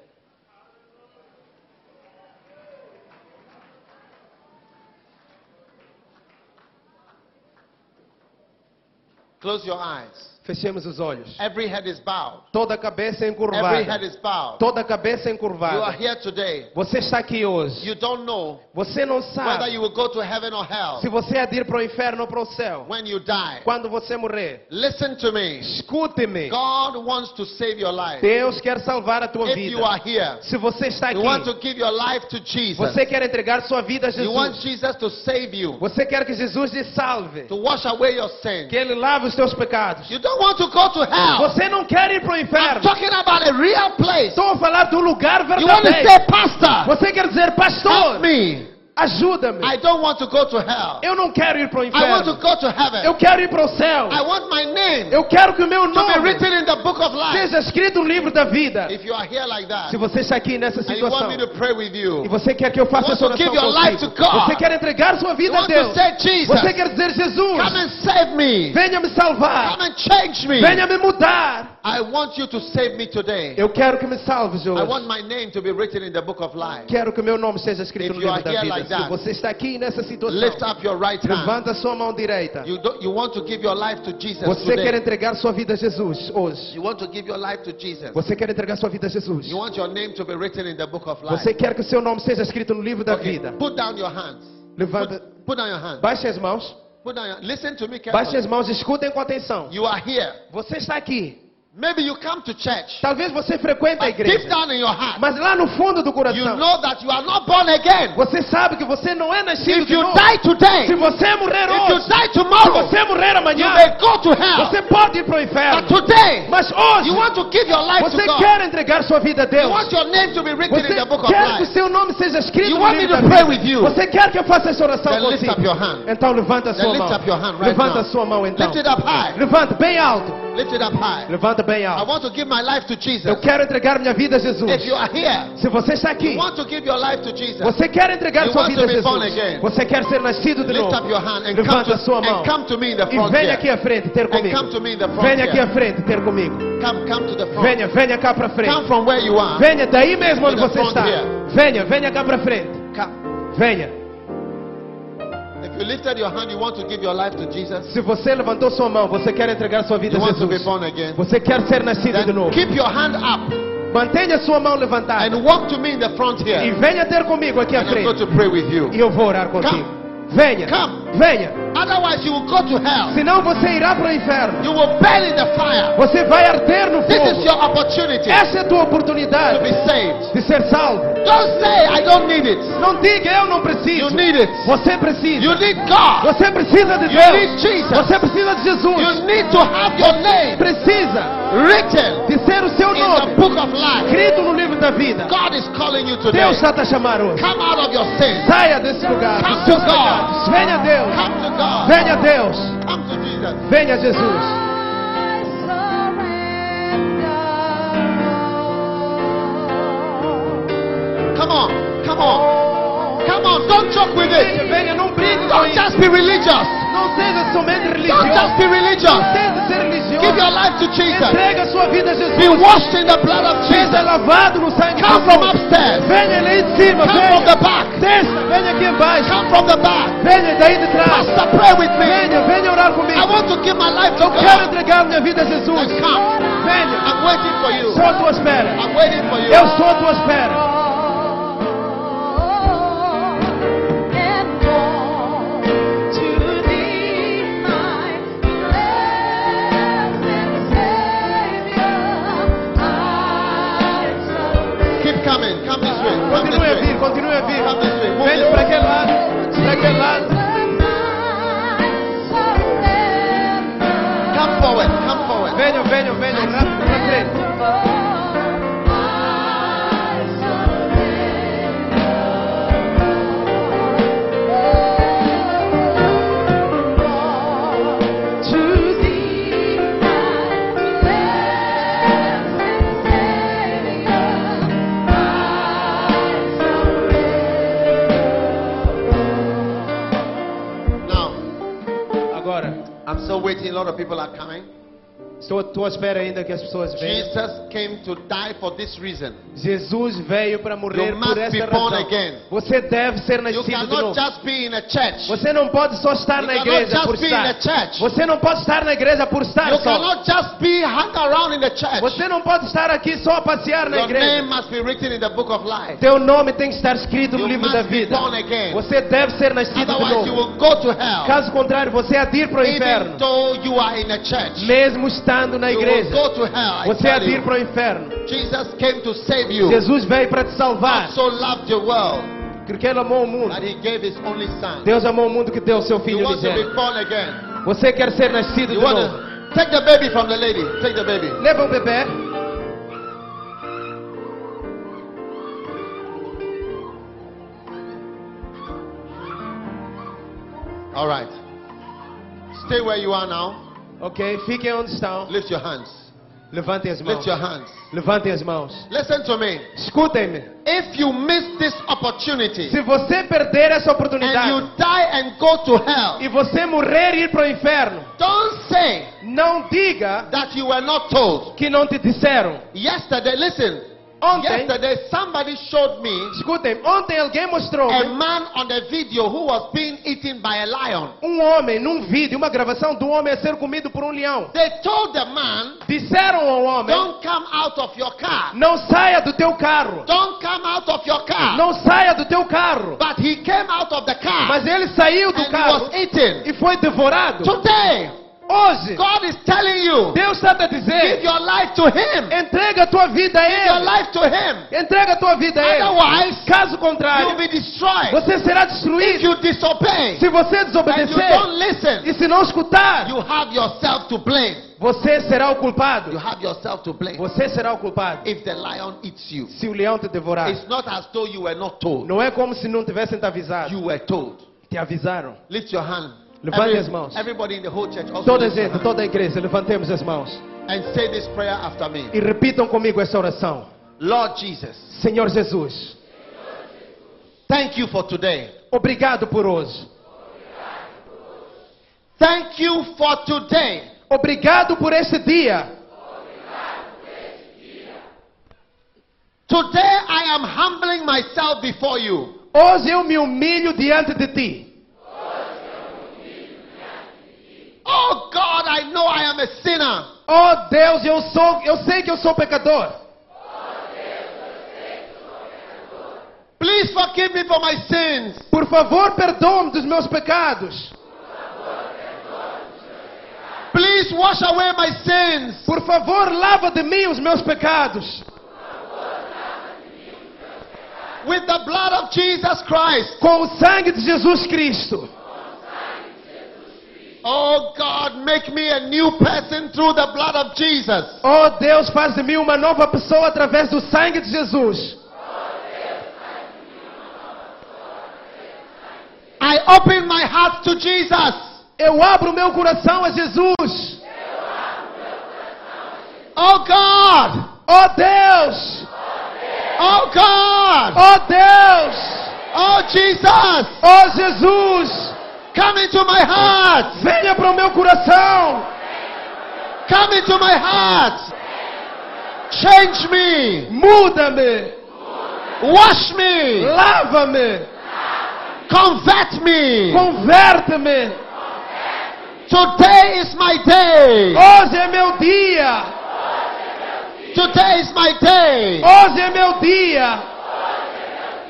Close your eyes.
Fechemos os olhos.
Every head is bowed.
Toda a cabeça
Every head
encurvada.
is bowed.
Toda a cabeça
You are
encurvada.
here today.
Você está aqui hoje.
You don't know
Você não
whether
sabe
you will go to heaven or hell
se você é de ir para o inferno ou para o céu.
when you die.
Quando você morrer.
Listen to me.
Escute-me.
God wants to save your life.
Deus quer salvar a tua
If you
vida.
are here,
Se você está
you want
aqui.
to give your life to Jesus.
Você quer entregar sua vida a
You want
Jesus.
Jesus to save you,
Você quer que Jesus te salve.
to wash away your sin.
Que Ele lave os teus pecados.
You don't want to go to hell.
Você não quer ir para o
I'm
inferno.
talking about a real place.
Estou a falar do lugar
You want to
verdadeiro.
say, Pastor,
Você quer dizer,
help
pastor,
me.
ajuda-me.
I don't want to go to hell.
Eu não quero ir para o
I want to
inferno.
go to heaven.
Eu quero ir para o céu.
I want my name
Eu quero que o meu
to be
nome
written in the book of life.
seja escrito no livro da vida.
If you are here like that,
Se você está aqui nessa
and you
situação
want me to pray with
e
you,
você quer que eu
You
faça
want
essa
to give
oração
your life to
contigo,
God.
você quer entregar sua
you
vida a
want to
Deus.
say, Jesus,
Você quer dizer,
come
Jesus,
and save me.
venha me
Come
salvar.
and change me.
Venha me mudar.
I want you to save me today.
Eu quero que me salves
I want
hoje.
my name to be written in the book of life.
Quero que o meu nome seja escrito
If
no
you
livro
are here
da
like
vida.
that,
Se você está aqui nessa situação,
Lift up your right hand.
Levanta a sua mão direita.
You, don't, you want to give your life to Jesus
Você quer
today.
entregar sua vida a Jesus hoje.
You want to give your life to Jesus.
Você quer entregar sua vida a Jesus.
You want your name to be written in the book of life.
Você quer que o seu nome seja escrito no livro da
Okay,
vida.
Put down your hands.
Levanta.
Put, put down your hands.
Baixe as mãos.
Put down your, listen to me
Baixe
carefully.
as mãos. Escutem com atenção.
You are here.
Você está aqui.
Maybe you come to church.
Talvez você frequente a
But deep
igreja.
down in your heart,
Mas lá no fundo do
You
coração.
know that you are not born again.
Você sabe que você não é nascido
If
de
you
novo.
die
Se
today,
você morrer
if you
hoje.
die
Se
tomorrow,
você morrer
you
amanhã.
may go to hell.
Você pode ir para o
But
inferno.
today,
Mas
you
hoje.
want to give your life to
Você
God.
quer entregar sua vida a
You
Deus.
want your name to be written in
Você
the book of
quer que o
life.
seu nome seja escrito
You
no
want me
livro
to
da
pray
vida?
with you?
Você quer que eu faça essa oração
Then lift
contigo?
up your hand.
Então levanta a
Then
sua
lift
mão.
up your hand right
levanta
now.
a sua mão então.
Lift it up high.
Levanta bem alto.
Lift it up high.
Levanta bem
I
alto.
want to give my life to Jesus.
Eu quero entregar minha vida a Jesus.
If you are here,
Se você está aqui,
you want to give your life to Jesus.
você quer entregar
You
sua
want
vida
to
a
be born
Jesus.
again.
Você quer ser nascido de
Lift up
novo.
your hand and come
Levanta
to,
a sua
and
mão.
come to me in the
E
front
venha aqui
here.
à frente ter
And
comigo.
come to me in the front
Venha aqui à
here.
frente ter comigo.
Come, come to the front.
Venha, venha cá para frente.
Come from where you are.
Venha daí mesmo onde
To the
você
front
está.
here.
Venha, venha cá para frente.
Come.
Venha.
If you lifted your hand, you want to give your life to Jesus.
Se você levantou sua mão, você quer entregar sua vida
You
a
want to be
Jesus.
born again.
Você quer ser nascido
Then
de novo.
keep your hand up
Mantenha sua mão levantada.
and walk to me in the front
E
here.
venha ter comigo aqui à
And I'm going
frente.
to pray with you.
E eu vou orar contigo. Venha.
Come.
Venha.
Otherwise, you will go to hell.
Senão você irá para o inferno.
You will burn in the fire.
Você vai arder no
This is
fogo.
your opportunity to
Essa é a tua oportunidade
be saved.
de ser salvo.
Don't say, I don't need it.
Não diga eu não
You
preciso.
need it.
Você precisa.
You need God.
Você precisa de
You need
Deus.
Jesus.
Você precisa de
You
Jesus.
need to have your name
Precisa
written
de ser o seu
in the
nome
book of life.
escrito no livro da vida.
God is calling you today.
Deus já está chamando hoje.
Come out of your sins.
Saia desse lugar.
Come
dos seus
to God.
pecados. Venha a Deus.
Come to God.
Venha a Deus.
Come to Jesus.
Venha a Jesus.
Come on. Come on. Come on. Don't joke with
Venha,
it.
venha, não brigue com
Don't
isso.
just be religious.
Não seja somente
Don't just
religioso.
be
Não
religious.
seja ser
Give your
religioso.
life to Jesus.
Entrega sua vida a
Be
Jesus.
washed in the blood of
Seja
Jesus.
lavado no sangue de
Come from
Jesus.
upstairs.
Venha ali de cima,
Come from
venha.
the back.
Desça, venha aqui embaixo.
Come from the back.
Venha daí de trás.
Pastor, pray with me.
Venha, venha orar
I
comigo.
want to give my life to
Eu quero
God.
entregar minha vida a Jesus.
Then come.
Venha,
I'm waiting for you.
sou a tua espera.
I'm waiting for you.
Eu sou a tua espera.
Keep coming. Come this way. Come this
Continue a
way.
vir, continue a vir.
Come this way. Move
Venha para
this way.
aquele lado, para aquele lado.
Come forward. Come forward.
Venham, venham, venham, rápido para frente.
Now,
Agora,
I'm still waiting. A lot of people are coming.
estou à tua espera ainda que as pessoas venham.
Jesus came to die for this reason.
Jesus veio para morrer
You must
por esta
be born
razão.
again.
Você deve ser
You
nascido de
cannot
novo.
just be in a church.
Você não pode só estar
You
na
cannot
igreja
just
por
be
estar.
in a church.
Você não pode estar na igreja por estar
You
só.
cannot just be hung around in the church.
Você não pode estar aqui só a passear na
Your
igreja.
name must be written in the book of life.
Teu nome tem que estar escrito no
You
livro da
must be
vida.
born again.
Você deve ser nascido de
Otherwise, you
novo.
will go to hell.
Caso contrário, você há de ir para o
Even
inferno.
though you are in a church,
Mesmo estando na
you will
igreja,
go to hell. I
você há
tell
de ir
you.
para o inferno.
Jesus came to save you.
Jesus veio para te salvar.
God so loved the world
Porque ele amou o mundo.
that he gave his only son.
Deus amou o mundo que deu o seu
You
filho
want to be
unigênito.
born again.
Você quer ser nascido de
You want
novo.
to take the baby from the lady. Take the baby.
Leva o bebê.
All right. Stay where you are now.
Ok, fiquem onde estão.
Lift your hands.
Levantem as mãos.
Lift your hands.
Levantem as mãos.
Listen to me.
Escutem-me.
If you miss this opportunity
Se você perder essa
and
oportunidade
you die and go to hell,
e você morrer e ir para o inferno,
don't say
não diga
that you were not told.
que não te disseram.
Yesterday, listen.
Ontem,
Yesterday, somebody showed me
escutem, ontem alguém
a
mostrou-me
man on the video who was being eaten by a lion.
um homem num vídeo, uma gravação de um homem a ser comido por um leão.
They told the man,
Disseram ao homem:
Don't come out of your car.
Não saia do teu carro.
Don't come out of your car.
Não saia do teu carro.
But he came out of the car
Mas ele saiu
and
do
he
carro
was eaten.
e foi devorado.
Today,
Hoje,
God is telling you,
Deus está te
give
dizendo:
your life to him.
entrega a tua vida a
Give your
Ele.
life to him.
Entrega a tua vida a Ele.
Otherwise,
Caso
you'll
contrário,
be destroyed.
você será
If
destruído.
you disobey
Se você
and you
desobedecer
don't listen,
e se não escutar,
you have yourself to blame.
você será o
You
culpado.
have yourself to blame.
Você será o culpado.
If the lion eats you,
Se o leão te devorar,
it's not as though you were not told.
não é como se não tivessem te avisado.
You were told.
Te avisaram.
Lift your hand.
Levante as mãos.
Everybody in the whole church also
Toda
lift your
gente,
hand.
toda a igreja, levantemos as mãos.
and say this prayer after me.
E repitam comigo essa oração.
Lord Jesus,
Senhor Jesus,
thank you for today.
obrigado por hoje.
Thank you for today.
Obrigado por esse dia.
Today I am humbling myself before you.
Hoje eu me humilho diante de ti.
Oh God, I know I am a sinner.
Oh Deus, eu sou, eu sei que eu sou pecador.
Please forgive me for my sins.
Por favor, perdoa-me dos meus pecados.
Please wash away my sins.
Por favor, lava de mim os meus pecados.
With the blood of Jesus Christ.
Com o sangue de Jesus Cristo.
Oh God, make me a new person through the blood of Jesus.
Oh Deus, faz de mim uma nova pessoa através do sangue de Jesus.
I open my heart to Jesus.
Eu abro o meu coração a Jesus.
Oh God.
Oh Deus!
Oh God.
Oh Deus!
Oh Jesus.
Oh Jesus!
Come into my heart.
Venha para o meu coração!
Come into my heart. Change me.
Muda-me!
Wash me.
Lava-me!
Convert me.
Converte-me!
Today is my day.
Hoje é meu dia!
Today is my day.
Hoje é meu dia!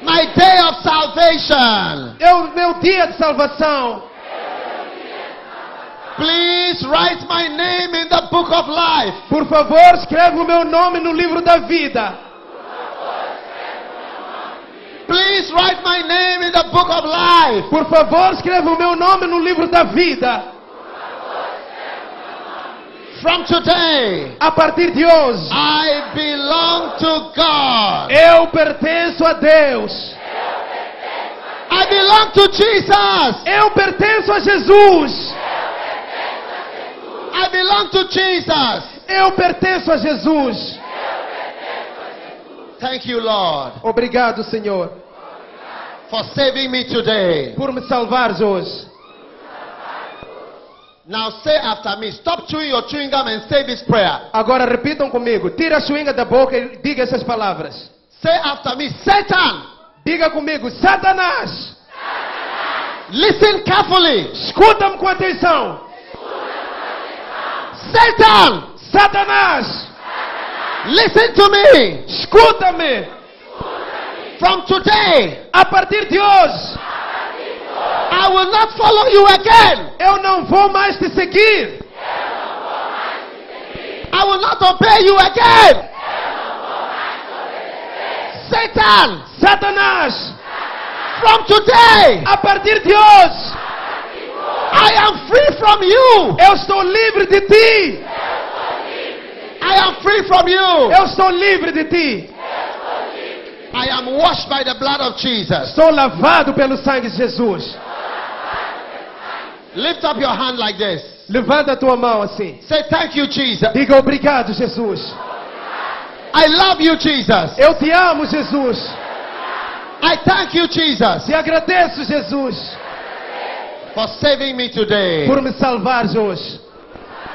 My day of salvation.
É o meu dia de salvação!
Please write my name in the book of life.
Por favor, escreve o meu nome no livro da vida!
Please write my name in the book of life.
Por favor, escreve o meu nome no livro da vida!
From today,
A partir de hoje,
I belong to God.
eu pertenço a Deus!
I belong to Jesus.
Eu pertenço a Jesus!
I belong to Jesus.
Eu pertenço a Jesus!
Thank you, Lord,
Obrigado, Senhor,
for saving me today.
por me salvares hoje.
Now say after me, stop chewing your chewing gum and say this prayer.
Agora repitam comigo. Tira a chuinha da boca e diga essas palavras.
Say after me, Satan,
Diga comigo, Satanás,
listen carefully.
escuta-me com atenção.
Satan,
Satanás,
listen to me.
escuta-me.
From today,
A partir de hoje,
I will not follow you again.
eu não vou mais te
I
seguir.
will not obey you again. Satan,
Satanás,
from today,
a partir de hoje,
I am free from you.
eu estou livre de ti.
I am free from you.
Eu estou livre de ti.
I am washed by the blood of Jesus.
Sou lavado pelo sangue de Jesus.
Lift up your hand like this.
Levanta a tua mão assim.
Say, Thank you, Jesus.
Diga obrigado, Jesus.
I love you, Jesus.
Eu te amo, Jesus.
I thank you, Jesus,
Te agradeço, Jesus,
for saving me today.
por me salvar hoje.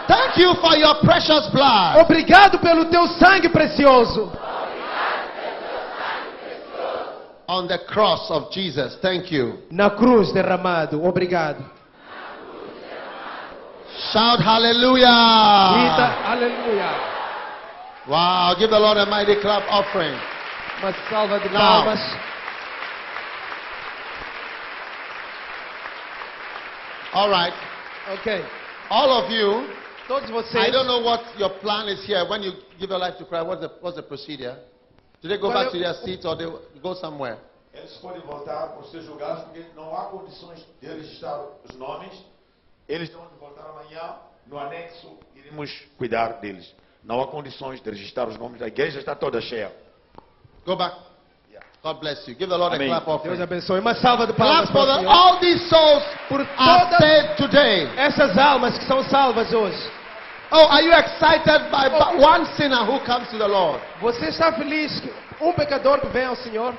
Thank you for your precious blood.
Obrigado pelo teu sangue precioso
On the cross of Jesus, thank you.
na cruz derramado. Obrigado.
Shout Ah.
Grita,
hallelujah.
aleluia.
Wow, give the Lord a mighty clap offering.
Uma salva de
Não.
palmas.
All right.
Ok.
All of you,
Todos vocês.
I don't know what your plan is here. When you give your life to Christ, what's the, what's the procedure? Do they go
Well,
back to
it-
their seats or they go somewhere?
Eles podem voltar por ser julgados porque não há condições de registrar os nomes. Eles vão voltar amanhã. No anexo, iremos cuidar deles. Não há condições de registrar os nomes. A igreja está toda cheia.
Go back.
Yeah.
God bless you. Give the Lord
Amém.
a clap
Deus
offering.
abençoe. Uma salva de
Clap
palmas.
for
para o
the, oh,
Senhor.
all these souls
Por
are
todas
saved today.
essas almas que são salvas hoje.
Oh, are you excited by by one sinner who comes to the Lord?
Você está feliz que um pecador que vem ao Senhor?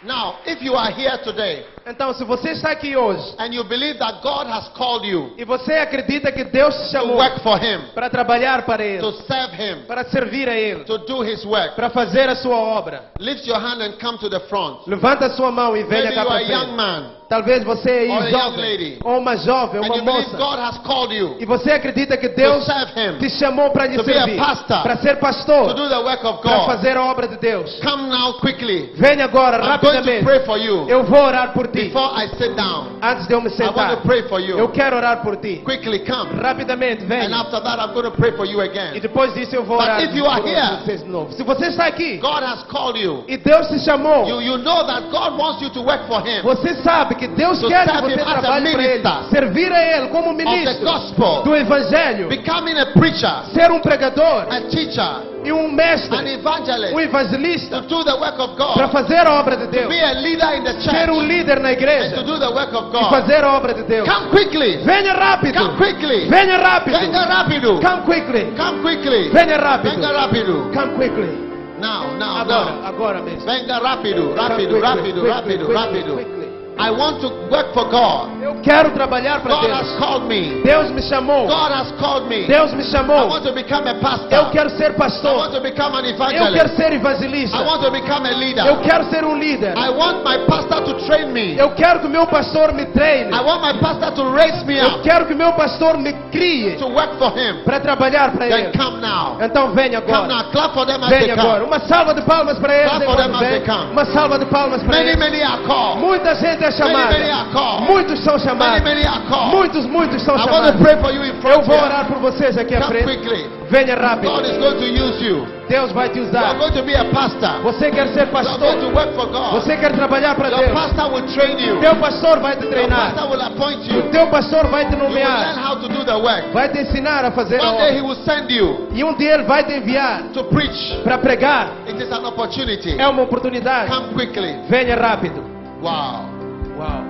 Now, if you are here today
Então, se você está aqui hoje
and you believe that God has called you
e você acredita que Deus te
to
chamou
work for Him,
para trabalhar para Ele,
to serve Him,
para servir a Ele,
to do His work,
para fazer a sua obra,
lift your hand and come to the front.
levanta a sua mão e venha
Maybe you
cá
are
para
a young
frente.
man
Talvez você é
Or a
um
young
jovem,
lady.
ou uma jovem,
and
uma
you believe
moça,
God has called you
e você acredita que
to
Deus
serve Him,
te chamou para lhe
To be a
servir,
pastor.
para ser
to
pastor,
do the work of
para
God.
fazer a obra de Deus.
Come now quickly.
Venha agora,
I'm going to
rapidamente.
pray for you.
Eu vou orar por ti.
Before I sit down,
Antes de eu me
I
sentar,
want to pray for
eu
you.
quero orar por ti.
Quickly come.
Rapidamente,
And
venha.
after that, I'm going to pray for you
E
again.
depois disso eu vou
But
orar
if you are
por
here,
vocês de novo. Se você está aqui
God has called you.
e Deus te chamou,
You, you know that God wants you to work for Him
você sabe que Deus
To
quer que
serve
você
him as a
trabalhe para Ele,
minister.
servir a Ele como
of the
ministro do
gospel,
Evangelho,
becoming a preacher,
ser um pregador
a teacher,
e um
an
mestre, um
evangelist, to
evangelista,
do the work of
para
God,
fazer a obra de
to
Deus,
be a leader in the
ser um
church,
líder na
and to
igreja
do the work of
e
God.
fazer a obra de Deus.
Come quickly,
Venha rápido,
come quickly,
venha rápido,
venga rápido,
come quickly,
come quickly,
venha rápido,
venga rápido.
come quickly.
Now, now,
Agora,
now.
agora mesmo.
Venga rápido,
Come
rápido,
quickly,
rápido,
quickly,
rápido,
quickly,
rápido.
quickly.
I want to work for God.
Eu quero trabalhar para
God has
Deus.
called me.
Deus me chamou.
God has called me.
Deus me
I
chamou.
want to become a pastor.
Eu quero
I
ser
want
pastor.
to become an
Eu quero
evangelist.
ser evangelista.
I want to become a leader.
Eu quero ser um líder.
I want my pastor to train me.
Eu quero que meu pastor me treine.
I want my pastor to raise me
Eu
up
quero que meu pastor me crie
to work for him.
para trabalhar para
Then
ele.
come now.
Então venha
Come
agora.
now. Clap for them as they
Venha agora.
come.
Uma salva de palmas para ele.
Clap for them
enquanto
as they
vem.
come.
Uma salva de palmas para
Many,
ele.
many are called.
Muita gente
Many,
é
many
chamada.
are called.
Muitos são
Many,
chamados.
many are called.
Muitos, muitos são
I want to
chamados.
pray for you in
Eu
front
vou
here.
orar por vocês aqui à
Come
frente.
quickly.
Venha rápido.
God is going to use you.
Deus vai te
You are
usar.
going to be a pastor.
Você quer ser
You are going
pastor?
to work for God.
Você quer trabalhar para
Your
Deus?
pastor will train you.
Teu pastor vai te
Your
treinar.
pastor will appoint you.
O teu pastor vai te
You will learn
nomear.
how to do the work.
Vai te ensinar a fazer a
One day he
obra.
will send you
E um dia ele vai te enviar
to preach.
para pregar.
It is an opportunity.
É uma oportunidade.
Come quickly.
Venha rápido.
Wow.
Uau.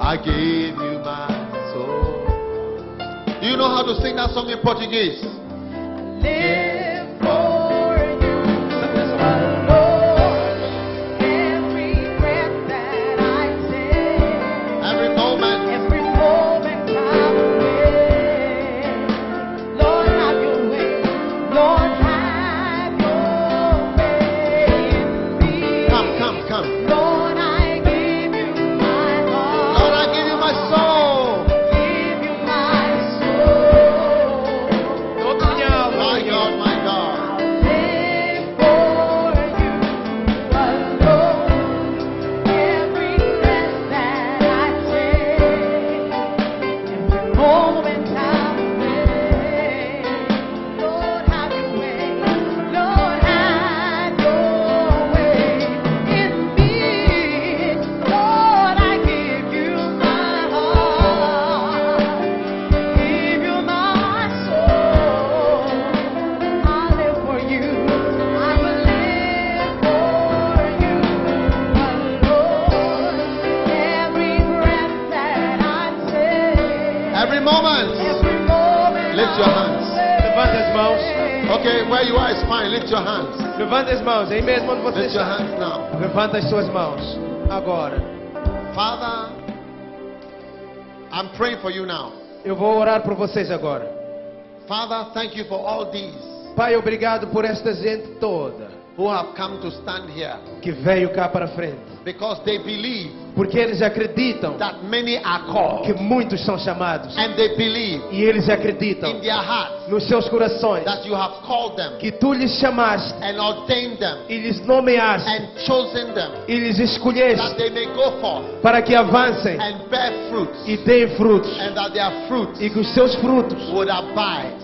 I gave you my soul. Do you know how to sing that song in Portuguese?
Live for you, Lord. Every breath that I take,
Every moment.
every moment I'm awake. Lord, have Your way. Lord, have Your way in me.
Come, come, come.
Lord, I give You my
Lord,
heart.
I give you my soul.
Give You my soul.
Toda minha
My
alma.
God, my God.
Live for you alone. Every breath that I take, every moment I'm awake. Lord, have Your way. Lord, have Your way in me. Lord, I give You my heart. Give you my soul. I live for you. I will live for you alone. Every breath that I take,
Every moment.
every moment.
Lift your hands.
Levanta as mãos.
Okay, where you are is fine. Lift your hands.
Levanta as mãos. Aí mesmo onde você
Lift your
está.
hands now.
Levanta as suas mãos. Agora.
Father, I'm praying for you now.
Eu vou orar por vocês agora.
Father, thank you for all these
Pai, obrigado por esta gente toda
who have come to stand here
que veio cá para frente.
because they believe
Porque eles acreditam
that many are called.
que muitos são chamados.
And they believe
E eles acreditam
in their hearts
nos seus corações
that you have called them
que tu lhes chamaste
and ordained them
e lhes nomeaste
and chosen them
e lhes
that
escolheste
they may go forth
para que avancem
and bear fruit
e deem frutos
and that their fruit
e que os seus frutos
would abide.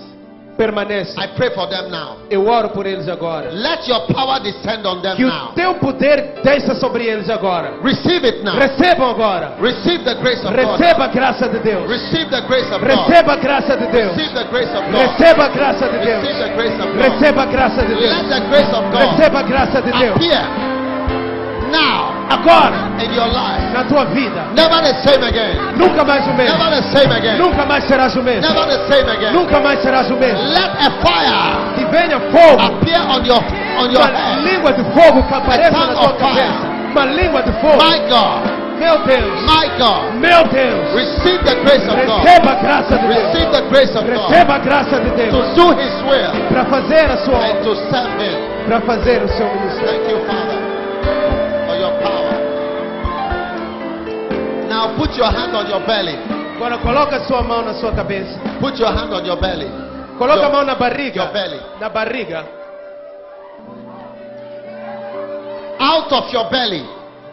permaneçam.
I pray for them now.
Eu oro por eles agora.
Let your power descend on them
Que o
now.
teu poder desça sobre eles agora.
Receive it now.
Recebam agora.
Receive the grace of God.
Receba a graça de Deus.
Receive the grace of God.
Receba a graça de Deus.
Receive the grace of God.
Receba a graça de Deus.
Receive the grace of God.
Receba a graça de Deus.
Let the grace of God
Receba a graça de Deus.
appear now.
agora,
in your life.
na tua vida.
Never the same again.
Nunca mais o mesmo.
Never the same again.
Nunca mais serás o mesmo.
Never the same again.
Nunca mais serás o mesmo.
Let a fire
Que venha fogo,
appear on your on your
uma
head.
língua de fogo que apareça na tua
of fire.
cabeça. Uma língua de fogo.
My God,
Meu Deus,
my God,
meu Deus.
receive the grace of God.
Receba a graça de Deus.
Receive the grace of God
Receba a graça de
to
Deus
do His will
para fazer a sua
and
obra,
to serve Him.
para fazer o seu ministério.
Thank you, Father, for your power. Now put your hand on your belly.
Agora coloca a sua mão na sua cabeça.
Put your hand on your belly.
Coloca a
Your-
mão na barriga.
your belly.
Na barriga.
Out of your belly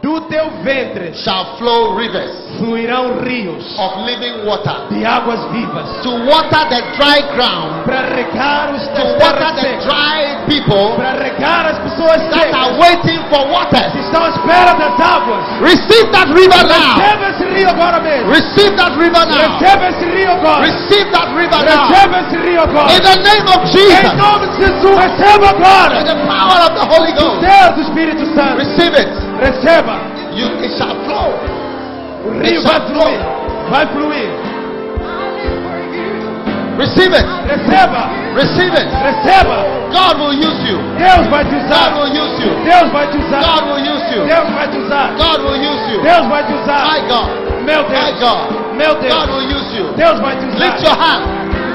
Do teu ventre
shall flow rivers
fluirão rios
of living water
de águas vivas
to water the dry ground,
para regar os
to
teus
water
terras
the
secas,
dry people
para regar as pessoas
that are
secas
waiting for
que
water.
estão à espera das águas.
Receive that river now.
Receba esse rio agora mesmo.
Receive that river now.
Receba esse rio agora.
Receive that river now.
Receba esse rio
In
agora.
the name of Jesus,
Em nome de Jesus,
by
receba agora.
the power of the Holy Ghost,
Deus do Espírito Santo,
receive it.
receba.
You, it shall flow.
O rio vai fluir. Vai fluir.
Receive it.
Receba.
Receive it.
Receba.
God will use you.
Deus vai te
God
usar.
will use you.
Deus vai te usar.
God will use you.
Deus vai te usar.
God will use you.
Deus vai te usar.
My God.
Meu
My
Deus.
God.
Meu
God
Deus.
will use you.
Deus vai te
Lift your
usar.
hand.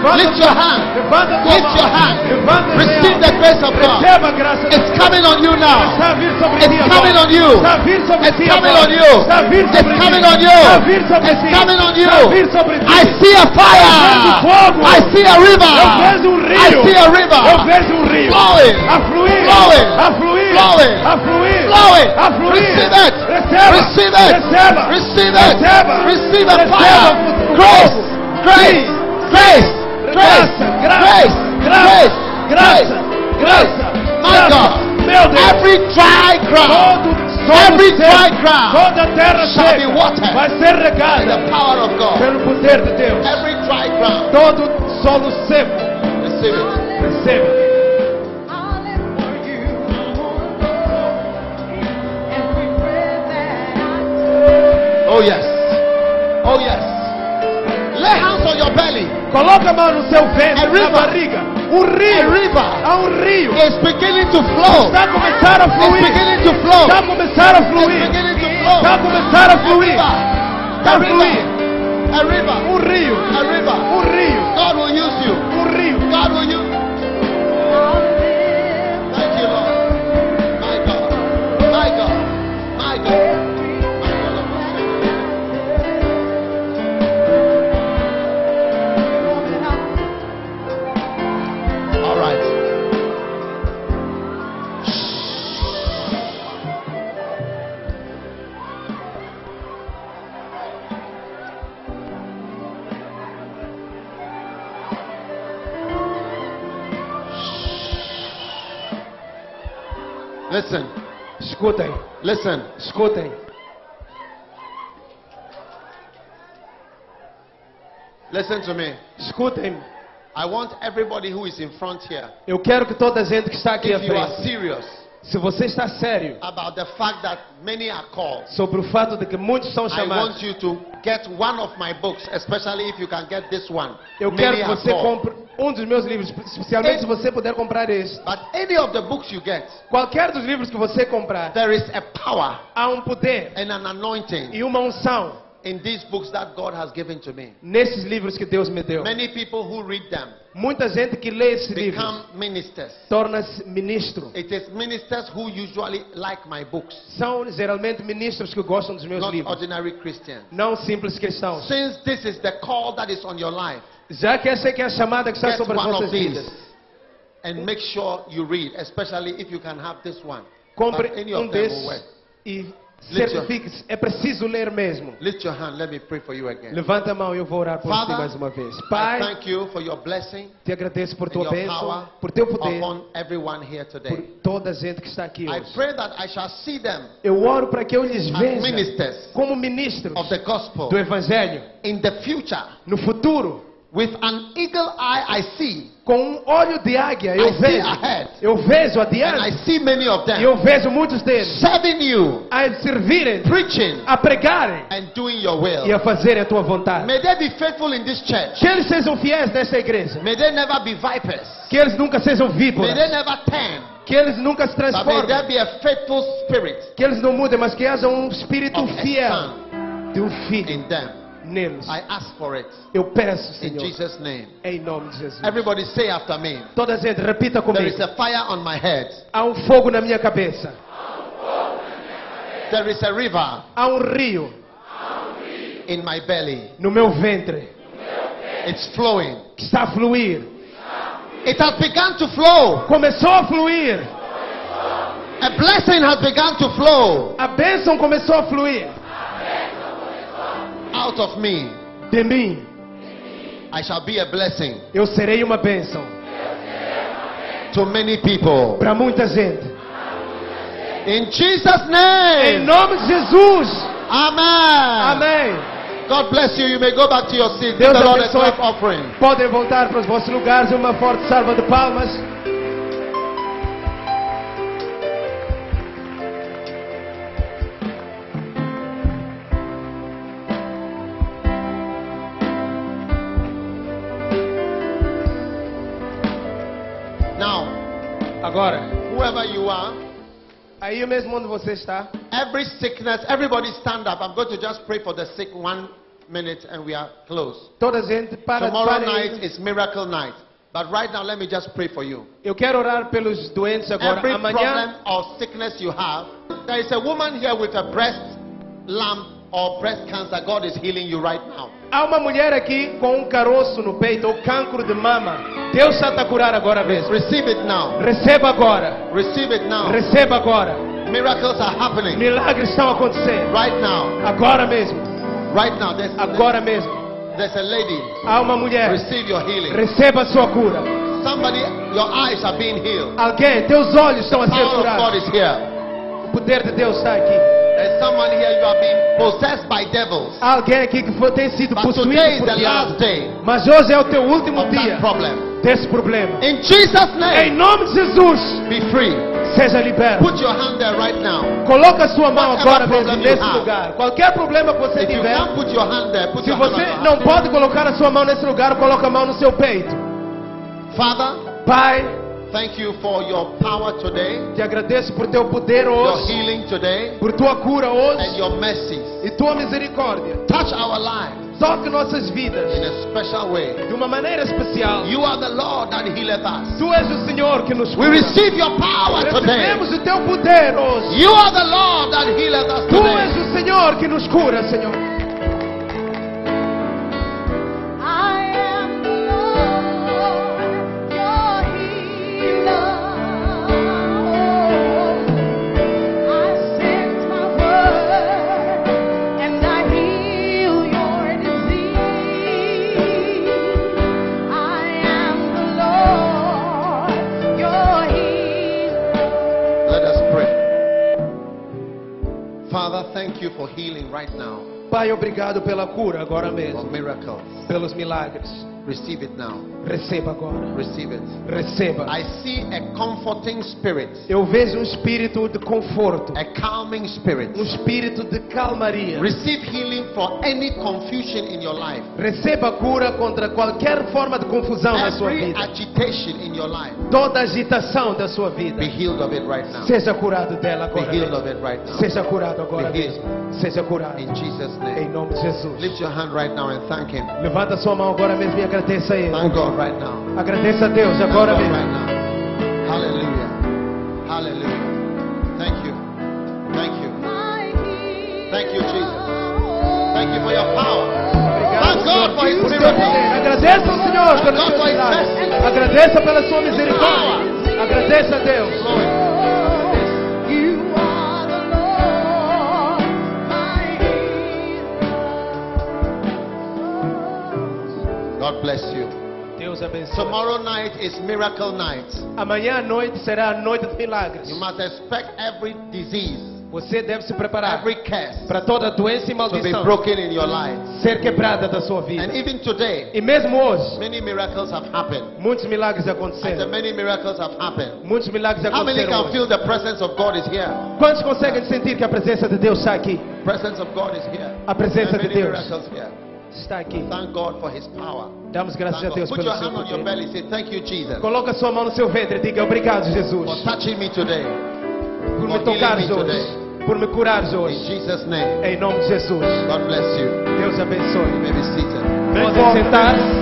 Levanta-
Lift your hand.
Levanta a
Lift your
tua mão.
hand.
Levanta a
Receive the
mão.
grace of God.
Receba a graça de
It's coming on you now.
Está a vir sobre
It's
ti agora.
coming on you.
Está a vir sobre
It's
ti
coming
agora.
on you.
Está a vir
It's
sobre ti.
coming on you.
Está a vir sobre
It's
ti.
coming on you.
Está a vir sobre ti.
I see a
Eu vejo fogo.
fire. I see a river.
Eu vejo um
I
rio.
see a
Eu
river.
vejo um rio.
Flowing.
A fluir.
Flowing.
A fluir.
Flowing.
A fluir.
Flowing.
A fluir.
Receive it.
Receba.
Receive it.
Receba.
Receive it.
Receba.
Receive a
Receba
fire.
o- o
Grace.
fogo.
Grace. Grace. Grace.
Graça.
Grace.
Graça.
Grace.
Graça. Graça.
My
Graça.
God.
Meu Deus.
Every dry ground
Todo, todo
Every
seco,
dry ground
toda terra
shall
seca
be watered
vai
by
ser
the
regada
power of God.
pelo poder de Deus.
Every dry ground.
Todo solo seco
Receive it.
receba.
Oh yes. Oh yes. Lay hands on your belly.
Coloca a mão no seu
A
ventre,
river.
na barriga. Um
A
rio.
river
Há um rio.
is beginning to flow.
Está a começar a
It's
fluir.
beginning to flow.
Está a começar a
It's
fluir.
beginning to flow.
Está a começar a
A
fluir.
river.
Tá
A
a fluir.
river. A river.
Um rio.
A river.
Um rio.
God will use you.
Um rio.
God will use you. Thank you, Lord. My God. My God. My God. My God. All right. Listen,
Escutem.
listen.
Escutem.
Listen to me.
Escutem.
I want everybody who is in front here,
Eu quero que toda a gente que está aqui à
if you
frente,
are serious
se você está sério
about the fact that many are called,
sobre o fato de que muitos são
I want
chamados,
you to get one of my books, especially if you can get this one.
eu quero
Many
que
are
você
called.
compre um dos meus livros, especialmente se você puder comprar esse.
But any of the books you get,
Qualquer dos livros que você comprar,
there is a power
há um poder
and an anointing
e uma unção
in these books that God has given to me.
nesses livros que Deus me deu.
Many people who read them
Muita gente que lê esses livros
become ministers.
torna-se ministro.
It is ministers who usually like my books,
São geralmente ministros que gostam dos meus
not
livros,
ordinary Christians.
não simples cristãos.
Since this is the call that is on your life,
Já que essa que é a chamada que está
get
sobre as
one
vossas
of these
vidas,
and make sure you read, especially if you can have this one.
compre
But any
um
of them will work.
desses e certifique-se. É preciso ler mesmo.
Lift your hand. Let me pray for you again.
Levanta a mão e eu vou orar por ti
Father,
mais uma vez.
I
Pai,
thank you for your blessing
te agradeço por
and your
tua
power
bênção, por teu poder,
upon everyone here
por
today.
toda a gente que está aqui
I
hoje.
pray that I shall see them
Eu oro para que eu lhes
as
veja
ministers
como ministros
of the gospel
do Evangelho
in the future
no futuro
With an eagle eye, I see.
Com um olho de águia eu
I see
vejo.
ahead.
Eu vejo
And I
adiante.
see many of
E
them
eu vejo muitos deles
serving you,
a servirem,
preaching,
a pregarem
and doing your will.
e a fazerem a tua vontade.
May they be faithful in this church.
Que eles sejam fiéis nessa igreja.
May they never be vipers.
Que eles nunca sejam
May they
víboras.
never turn.
Que eles nunca se
But may there
transformem.
be a faithful spirit
Que eles não mudem, mas que haja um espírito
of a
fiel
son
de um filho
in them.
neles.
I ask for it
Eu peço,
in
Senhor,
Jesus' name.
em nome de Jesus.
Everybody say after me.
Toda a gente, repita
There
comigo.
is a fire on my head.
Há um fogo na minha cabeça.
There is a river
Há um rio
in my belly.
no meu ventre
It's flowing.
que está a fluir.
It has begun to flow.
Começou a fluir.
A blessing has begun to flow
A bênção começou a fluir
out of me.
de mim.
I shall be a blessing
Eu serei uma bênção
to many people.
para muita gente.
In Jesus'
Em
name.
nome de Jesus.
Amen.
Amém.
God bless you. You may go back to your seat. Give
Deus
the Lord a
abençoe.
clap offering.
Podem voltar para os vossos lugares. Uma forte salva de palmas.
Now,
Agora,
whoever you are,
aí mesmo onde você está,
every sickness, everybody stand up. I'm going to just pray for the sick one minute and we are closed.
toda a gente para
Tomorrow
para
night is miracle night. But right now, let me just pray for you.
Eu quero orar pelos doentes agora.
Every
Amanhã,
problem or sickness you have, there is a woman here with a breast lump or breast cancer. God is healing you right now.
há uma mulher aqui com um caroço no peito ou cancro de mama. Deus está a curar agora mesmo.
Receive it now.
Receba agora.
Receive it now.
Receba agora.
Miracles are happening
Milagres estão acontecendo.
right now.
Agora mesmo.
Right now, there's,
Agora mesmo.
there's a lady.
Há uma mulher.
Receive your healing.
Receba a sua cura.
Somebody, your eyes are being healed.
Alguém, teus olhos estão a
The
ser
power of God
curados.
is here.
O poder de Deus está aqui.
There's someone here you are being possessed by devils.
Há alguém aqui que foi- tem sido
But today
possuído
is
por
the last
diabo.
day
Mas hoje é o teu último
of
dia
that problem.
desse problema.
In Jesus'
Em
name,
nome de Jesus,
be free.
seja liberto.
Put your hand there right now.
Coloca a sua mão
Whatever
agora mesmo
problem you
nesse
have.
lugar. Qualquer problema que você
Ah. If you
tiver,
can't put your hand there, put
se
your hand
você
on your
não
heart.
pode colocar a sua mão nesse lugar, coloca a mão no seu peito.
Father,
Pai,
thank you for your power today,
te agradeço por teu poder
your
hoje,
healing today,
por tua cura
and
hoje
your mercies.
e tua misericórdia.
Touch our lives
Toque nossas vidas
in a special way.
de uma maneira especial.
You are the Lord that healeth us.
Tu és o Senhor que nos
We
cura.
receive your power today.
Recebemos o teu poder hoje.
You are the Lord that healeth us
Tu és
today.
o Senhor que nos cura, Senhor.
I am the Lord, your healer. I sent my word, and I heal your disease. I am the Lord, your healer.
Let us pray. Father, thank you for healing right now,
Pai, obrigado pela cura agora
for
mesmo,
miracles.
pelos milagres.
Receive it now.
Receba agora.
Receive it.
Receba.
I see a comforting spirit,
Eu vejo um espírito de conforto,
a calming spirit.
um espírito de calmaria.
Receive healing for any confusion in your life,
Receba cura contra qualquer forma de confusão na sua
every
vida.
agitation in your life.
Toda agitação da sua vida.
Be healed of it right now.
Seja curado dela
Be
agora.
healed
mesmo.
of it right now.
Seja curado agora
Be
mesmo.
healed.
Seja curado.
In Jesus'
Em
name.
nome de Jesus.
Lift your hand right now and thank Him.
Levanta sua mão agora mesmo e agradeça a Ele.
Thank God right now.
Agradeça a Deus
Thank
agora
God
mesmo.
right now. Hallelujah. Hallelujah. Thank you. Thank you. Thank you, Jesus. Thank you for your power. Thank God for His
Pelo seu poder.
miracle.
Agradeça ao Senhor pelo seu milagre. Agradeça pela sua misericórdia. Agradeça a Deus.
Glory.
You are the Lord, my healer.
God bless you.
Deus abençoe.
Tomorrow night is miracle night.
Amanhã à noite será a noite de milagres.
You must expect every disease
Você deve se preparar
Every curse
para toda doença e
to be
maldição
broken in your life.
ser quebrada da sua
And
vida.
even today,
E mesmo hoje,
many miracles have happened.
muitos milagres
I said
aconteceram.
many miracles have happened.
Muitos milagres
How many
aconteceram.
can
hoje.
feel the presence of God is here?
Quantos conseguem sentir que a presença de Deus está aqui?
Presence of God is here.
A presença
And
de
many
Deus.
miracles here.
Está aqui.
Thank God for His power.
Damos graças a
Thank God.
Deus
Tá. Put
pelo
your
seu
hand on your
poder.
belly. Say thank you, Jesus,
Coloca sua mão no seu ventre e diga obrigado, Jesus,
for touching me today. for
por me tocares
healing me
hoje,
today.
por me curares
In
hoje.
Jesus' name.
Em nome de Jesus.
God bless you.
Deus
You
abençoe.
may be seated.
Podem sentar.